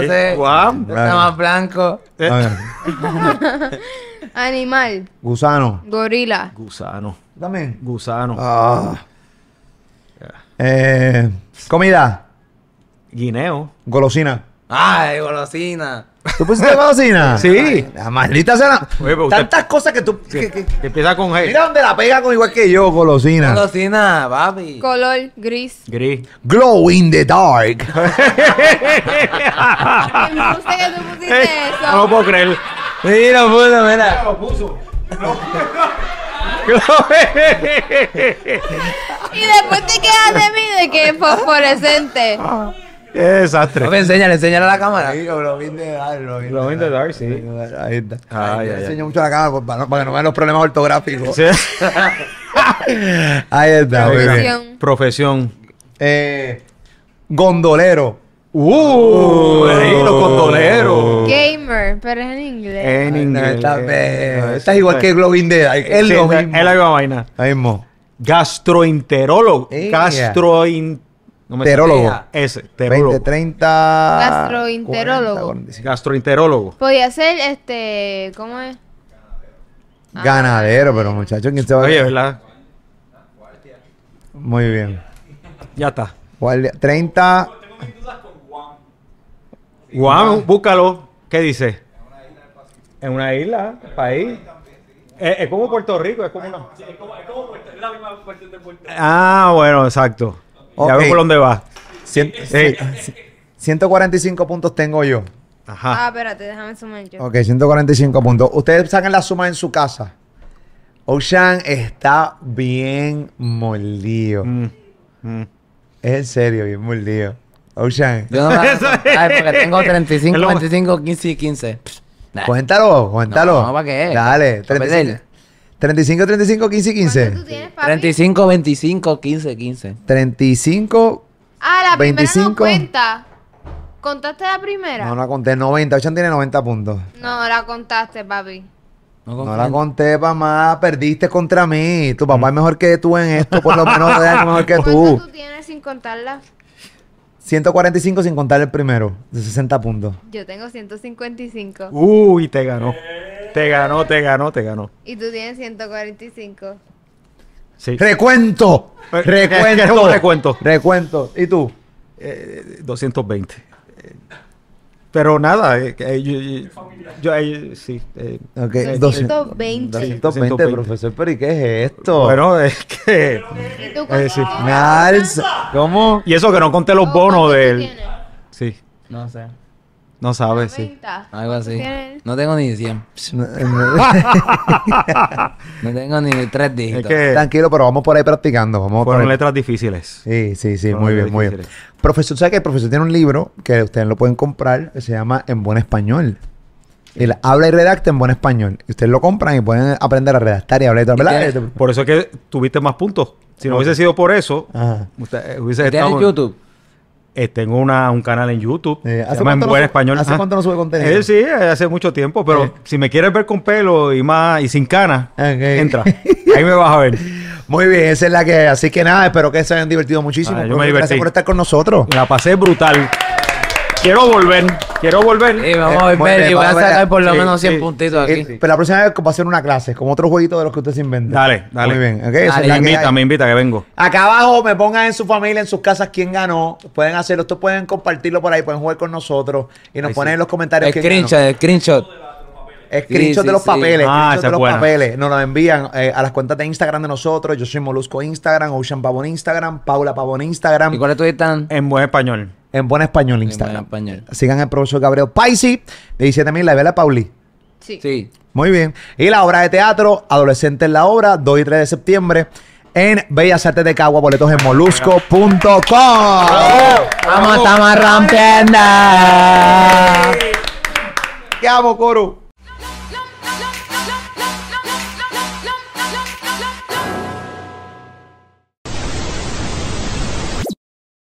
Eh, sé. Guam. Está más blanco. Eh, A ver, Animal. Gusano. Gorila. Gusano. También. Gusano. Ah. Eh, comida. Guineo. Golosina. Ay, golosina. ¿Tú pusiste golosina? Sí. La maldita será. Oye, pero usted- Tantas cosas que tú. que- que- Que empieza con G. Mira dónde la pega con igual que yo, golosina. Golosina, papi. Color gris. Gris. Glow in the dark. Me gusta que tú pusiste Eh, No lo eso. puedo creer. Mira, puto, mira. Lo puso. Y después te quedas de mí de que es fosforescente. Ah. Qué desastre. Papi, enséñale, enséñale a la cámara. Glow in the dark. Glow in the dark, sí. Ah, Ahí está. Ay, ay, Yo ay. enseño mucho la cámara por- para, no- para que no vean los problemas ortográficos. Sí. Ahí está, muy bien. Profesión. Profesión. Eh, gondolero. Uh, ahí los condoleros. Gamer. Pero es en inglés. En No, inglés. Estás Ah, está igual que Glow in the dark. Es Sí, lo es mismo. la misma vaina. Ahí mismo. Gastroenterólogo. Ella. Gastroin... No me Terólogo. sale. Ese, 20, terólogo. 30. Gastroenterólogo. 40, 45. Gastroenterólogo. Podía ser este. ¿Cómo es? Ganadero, pero muchachos, ¿quién se va a Oye, ¿verdad? Muy bien. Ya está. Guardia- 30. Guam, búscalo. ¿Qué dice? Es una isla, país. Es, es como Puerto Rico, es como una. Sí, es como, Puerto Rico, es la misma Ah, bueno, exacto. Ya Ok. veo por dónde va. cien- Sí. 145 puntos tengo yo. Ah, Ajá. espérate, déjame sumar yo. Ok, 145 puntos. Ustedes sacan la suma en su casa. Ocean está bien molido. Ah. Mm, mm. Es en serio, bien molido. Ocean. Yo no me Eso es. Ay, porque tengo 35, Es lo más- 25, 15 y 15. Pff, nah. Cuéntalo, cuéntalo. No, ¿para qué? Dale, ¿Para 35, 35, 35, 15 y 15. 35, 25, 15, 15. 35, Ah, la primera 25. no cuenta. ¿Contaste la primera? no la conté, 90. Ocean tiene 90 puntos. No, la contaste, papi. No la conté, mamá. Perdiste contra mí. Tu Mm. papá es mejor que tú en esto, por lo menos de años mejor que tú. Tú tienes sin contarla. 145 sin contar el primero, de 60 puntos. Yo tengo 155. Uy, te ganó. Te ganó, te ganó, te ganó. Y tú tienes 145. Sí. Recuento. Eh, Recuento. un recuento. Recuento. ¿Y tú? 220. Eh, Pero nada, eh, eh, yo, yo- yo- eh, sí. eh, Ok, eh, 220. 220, profesor, pero ¿y qué es esto? Bueno, eh, es que. tú es decir, Una Eh, alza. ¿Cómo? Y eso que no conté los bonos del. Sí, No sé. no sabes, sí. Algo así. tienes? No tengo ni 100. eh, No tengo ni 3 dígitos. Es que eh, Tranquilo, pero vamos por ahí practicando. Vamos por fueron ahí. letras difíciles. Sí, sí, sí, Fueron muy bien, letras muy bien. difíciles. Profesor, ¿sabe que el profesor tiene un libro que ustedes lo pueden comprar que se llama En Buen Español? Él habla y redacta en buen español. Y ustedes lo compran y pueden aprender a redactar y hablar y todo, ¿verdad? tiene- Por eso es que tuviste más puntos. Si no hubiese sido por eso, Ajá. usted- eh, hubiese ¿Tienes estado- YouTube? Eh, tengo una, un canal en YouTube. Eh, ¿hace se llama En cuánto no Buen sub- Español. hace Ah, cuánto no sube contenido? Eh. eh, sí, eh, hace mucho tiempo. Pero si me quieres ver con pelo y más y sin cana, Ok. entra. Ahí me vas a ver. Muy bien, esa es la que. Así que nada, espero que se hayan divertido muchísimo. Ah, yo Profe, me divertí. Gracias por estar con nosotros. La pasé brutal. Quiero volver. Quiero volver. Sí, vamos Eh, a muy bien, volver y voy a vamos a ver. sacar por lo Sí, menos 100 sí. puntitos aquí. Eh, pero la próxima vez va a ser una clase, como otro jueguito de los que usted se inventa. Dale, dale. Muy bien, ok. esa Dale, es la Me que invita, hay. me invita que vengo. Acá abajo me pongan en su familia, en sus casas, quién ganó. Pueden hacerlo, ustedes pueden compartirlo por ahí, pueden jugar con nosotros y nos Ay, ponen sí. en los comentarios El quién ganó. screenshot, el screenshot. Screenshot Sí, sí, de los sí. papeles, Ah, screenshot esa de es los buena. papeles. Nos lo envían eh, a las cuentas de Instagram de nosotros. Yo soy Molusco Instagram, Ocean Pavón Instagram, Paula Pavón Instagram, ¿Y cuál es tu tan? En buen español. en Buen Español En Instagram. Buen Español. Sigan al profesor Gabriel Paisi, de 17.000, la vela Pauli. Sí. Sí. Muy bien. Y la obra de teatro, Adolescente en la obra, 2 y 3 de septiembre, en Bellas Artes de Cagua, boletos en molusco.com. Vamos, estamos rompiendo. Te amo, Coro.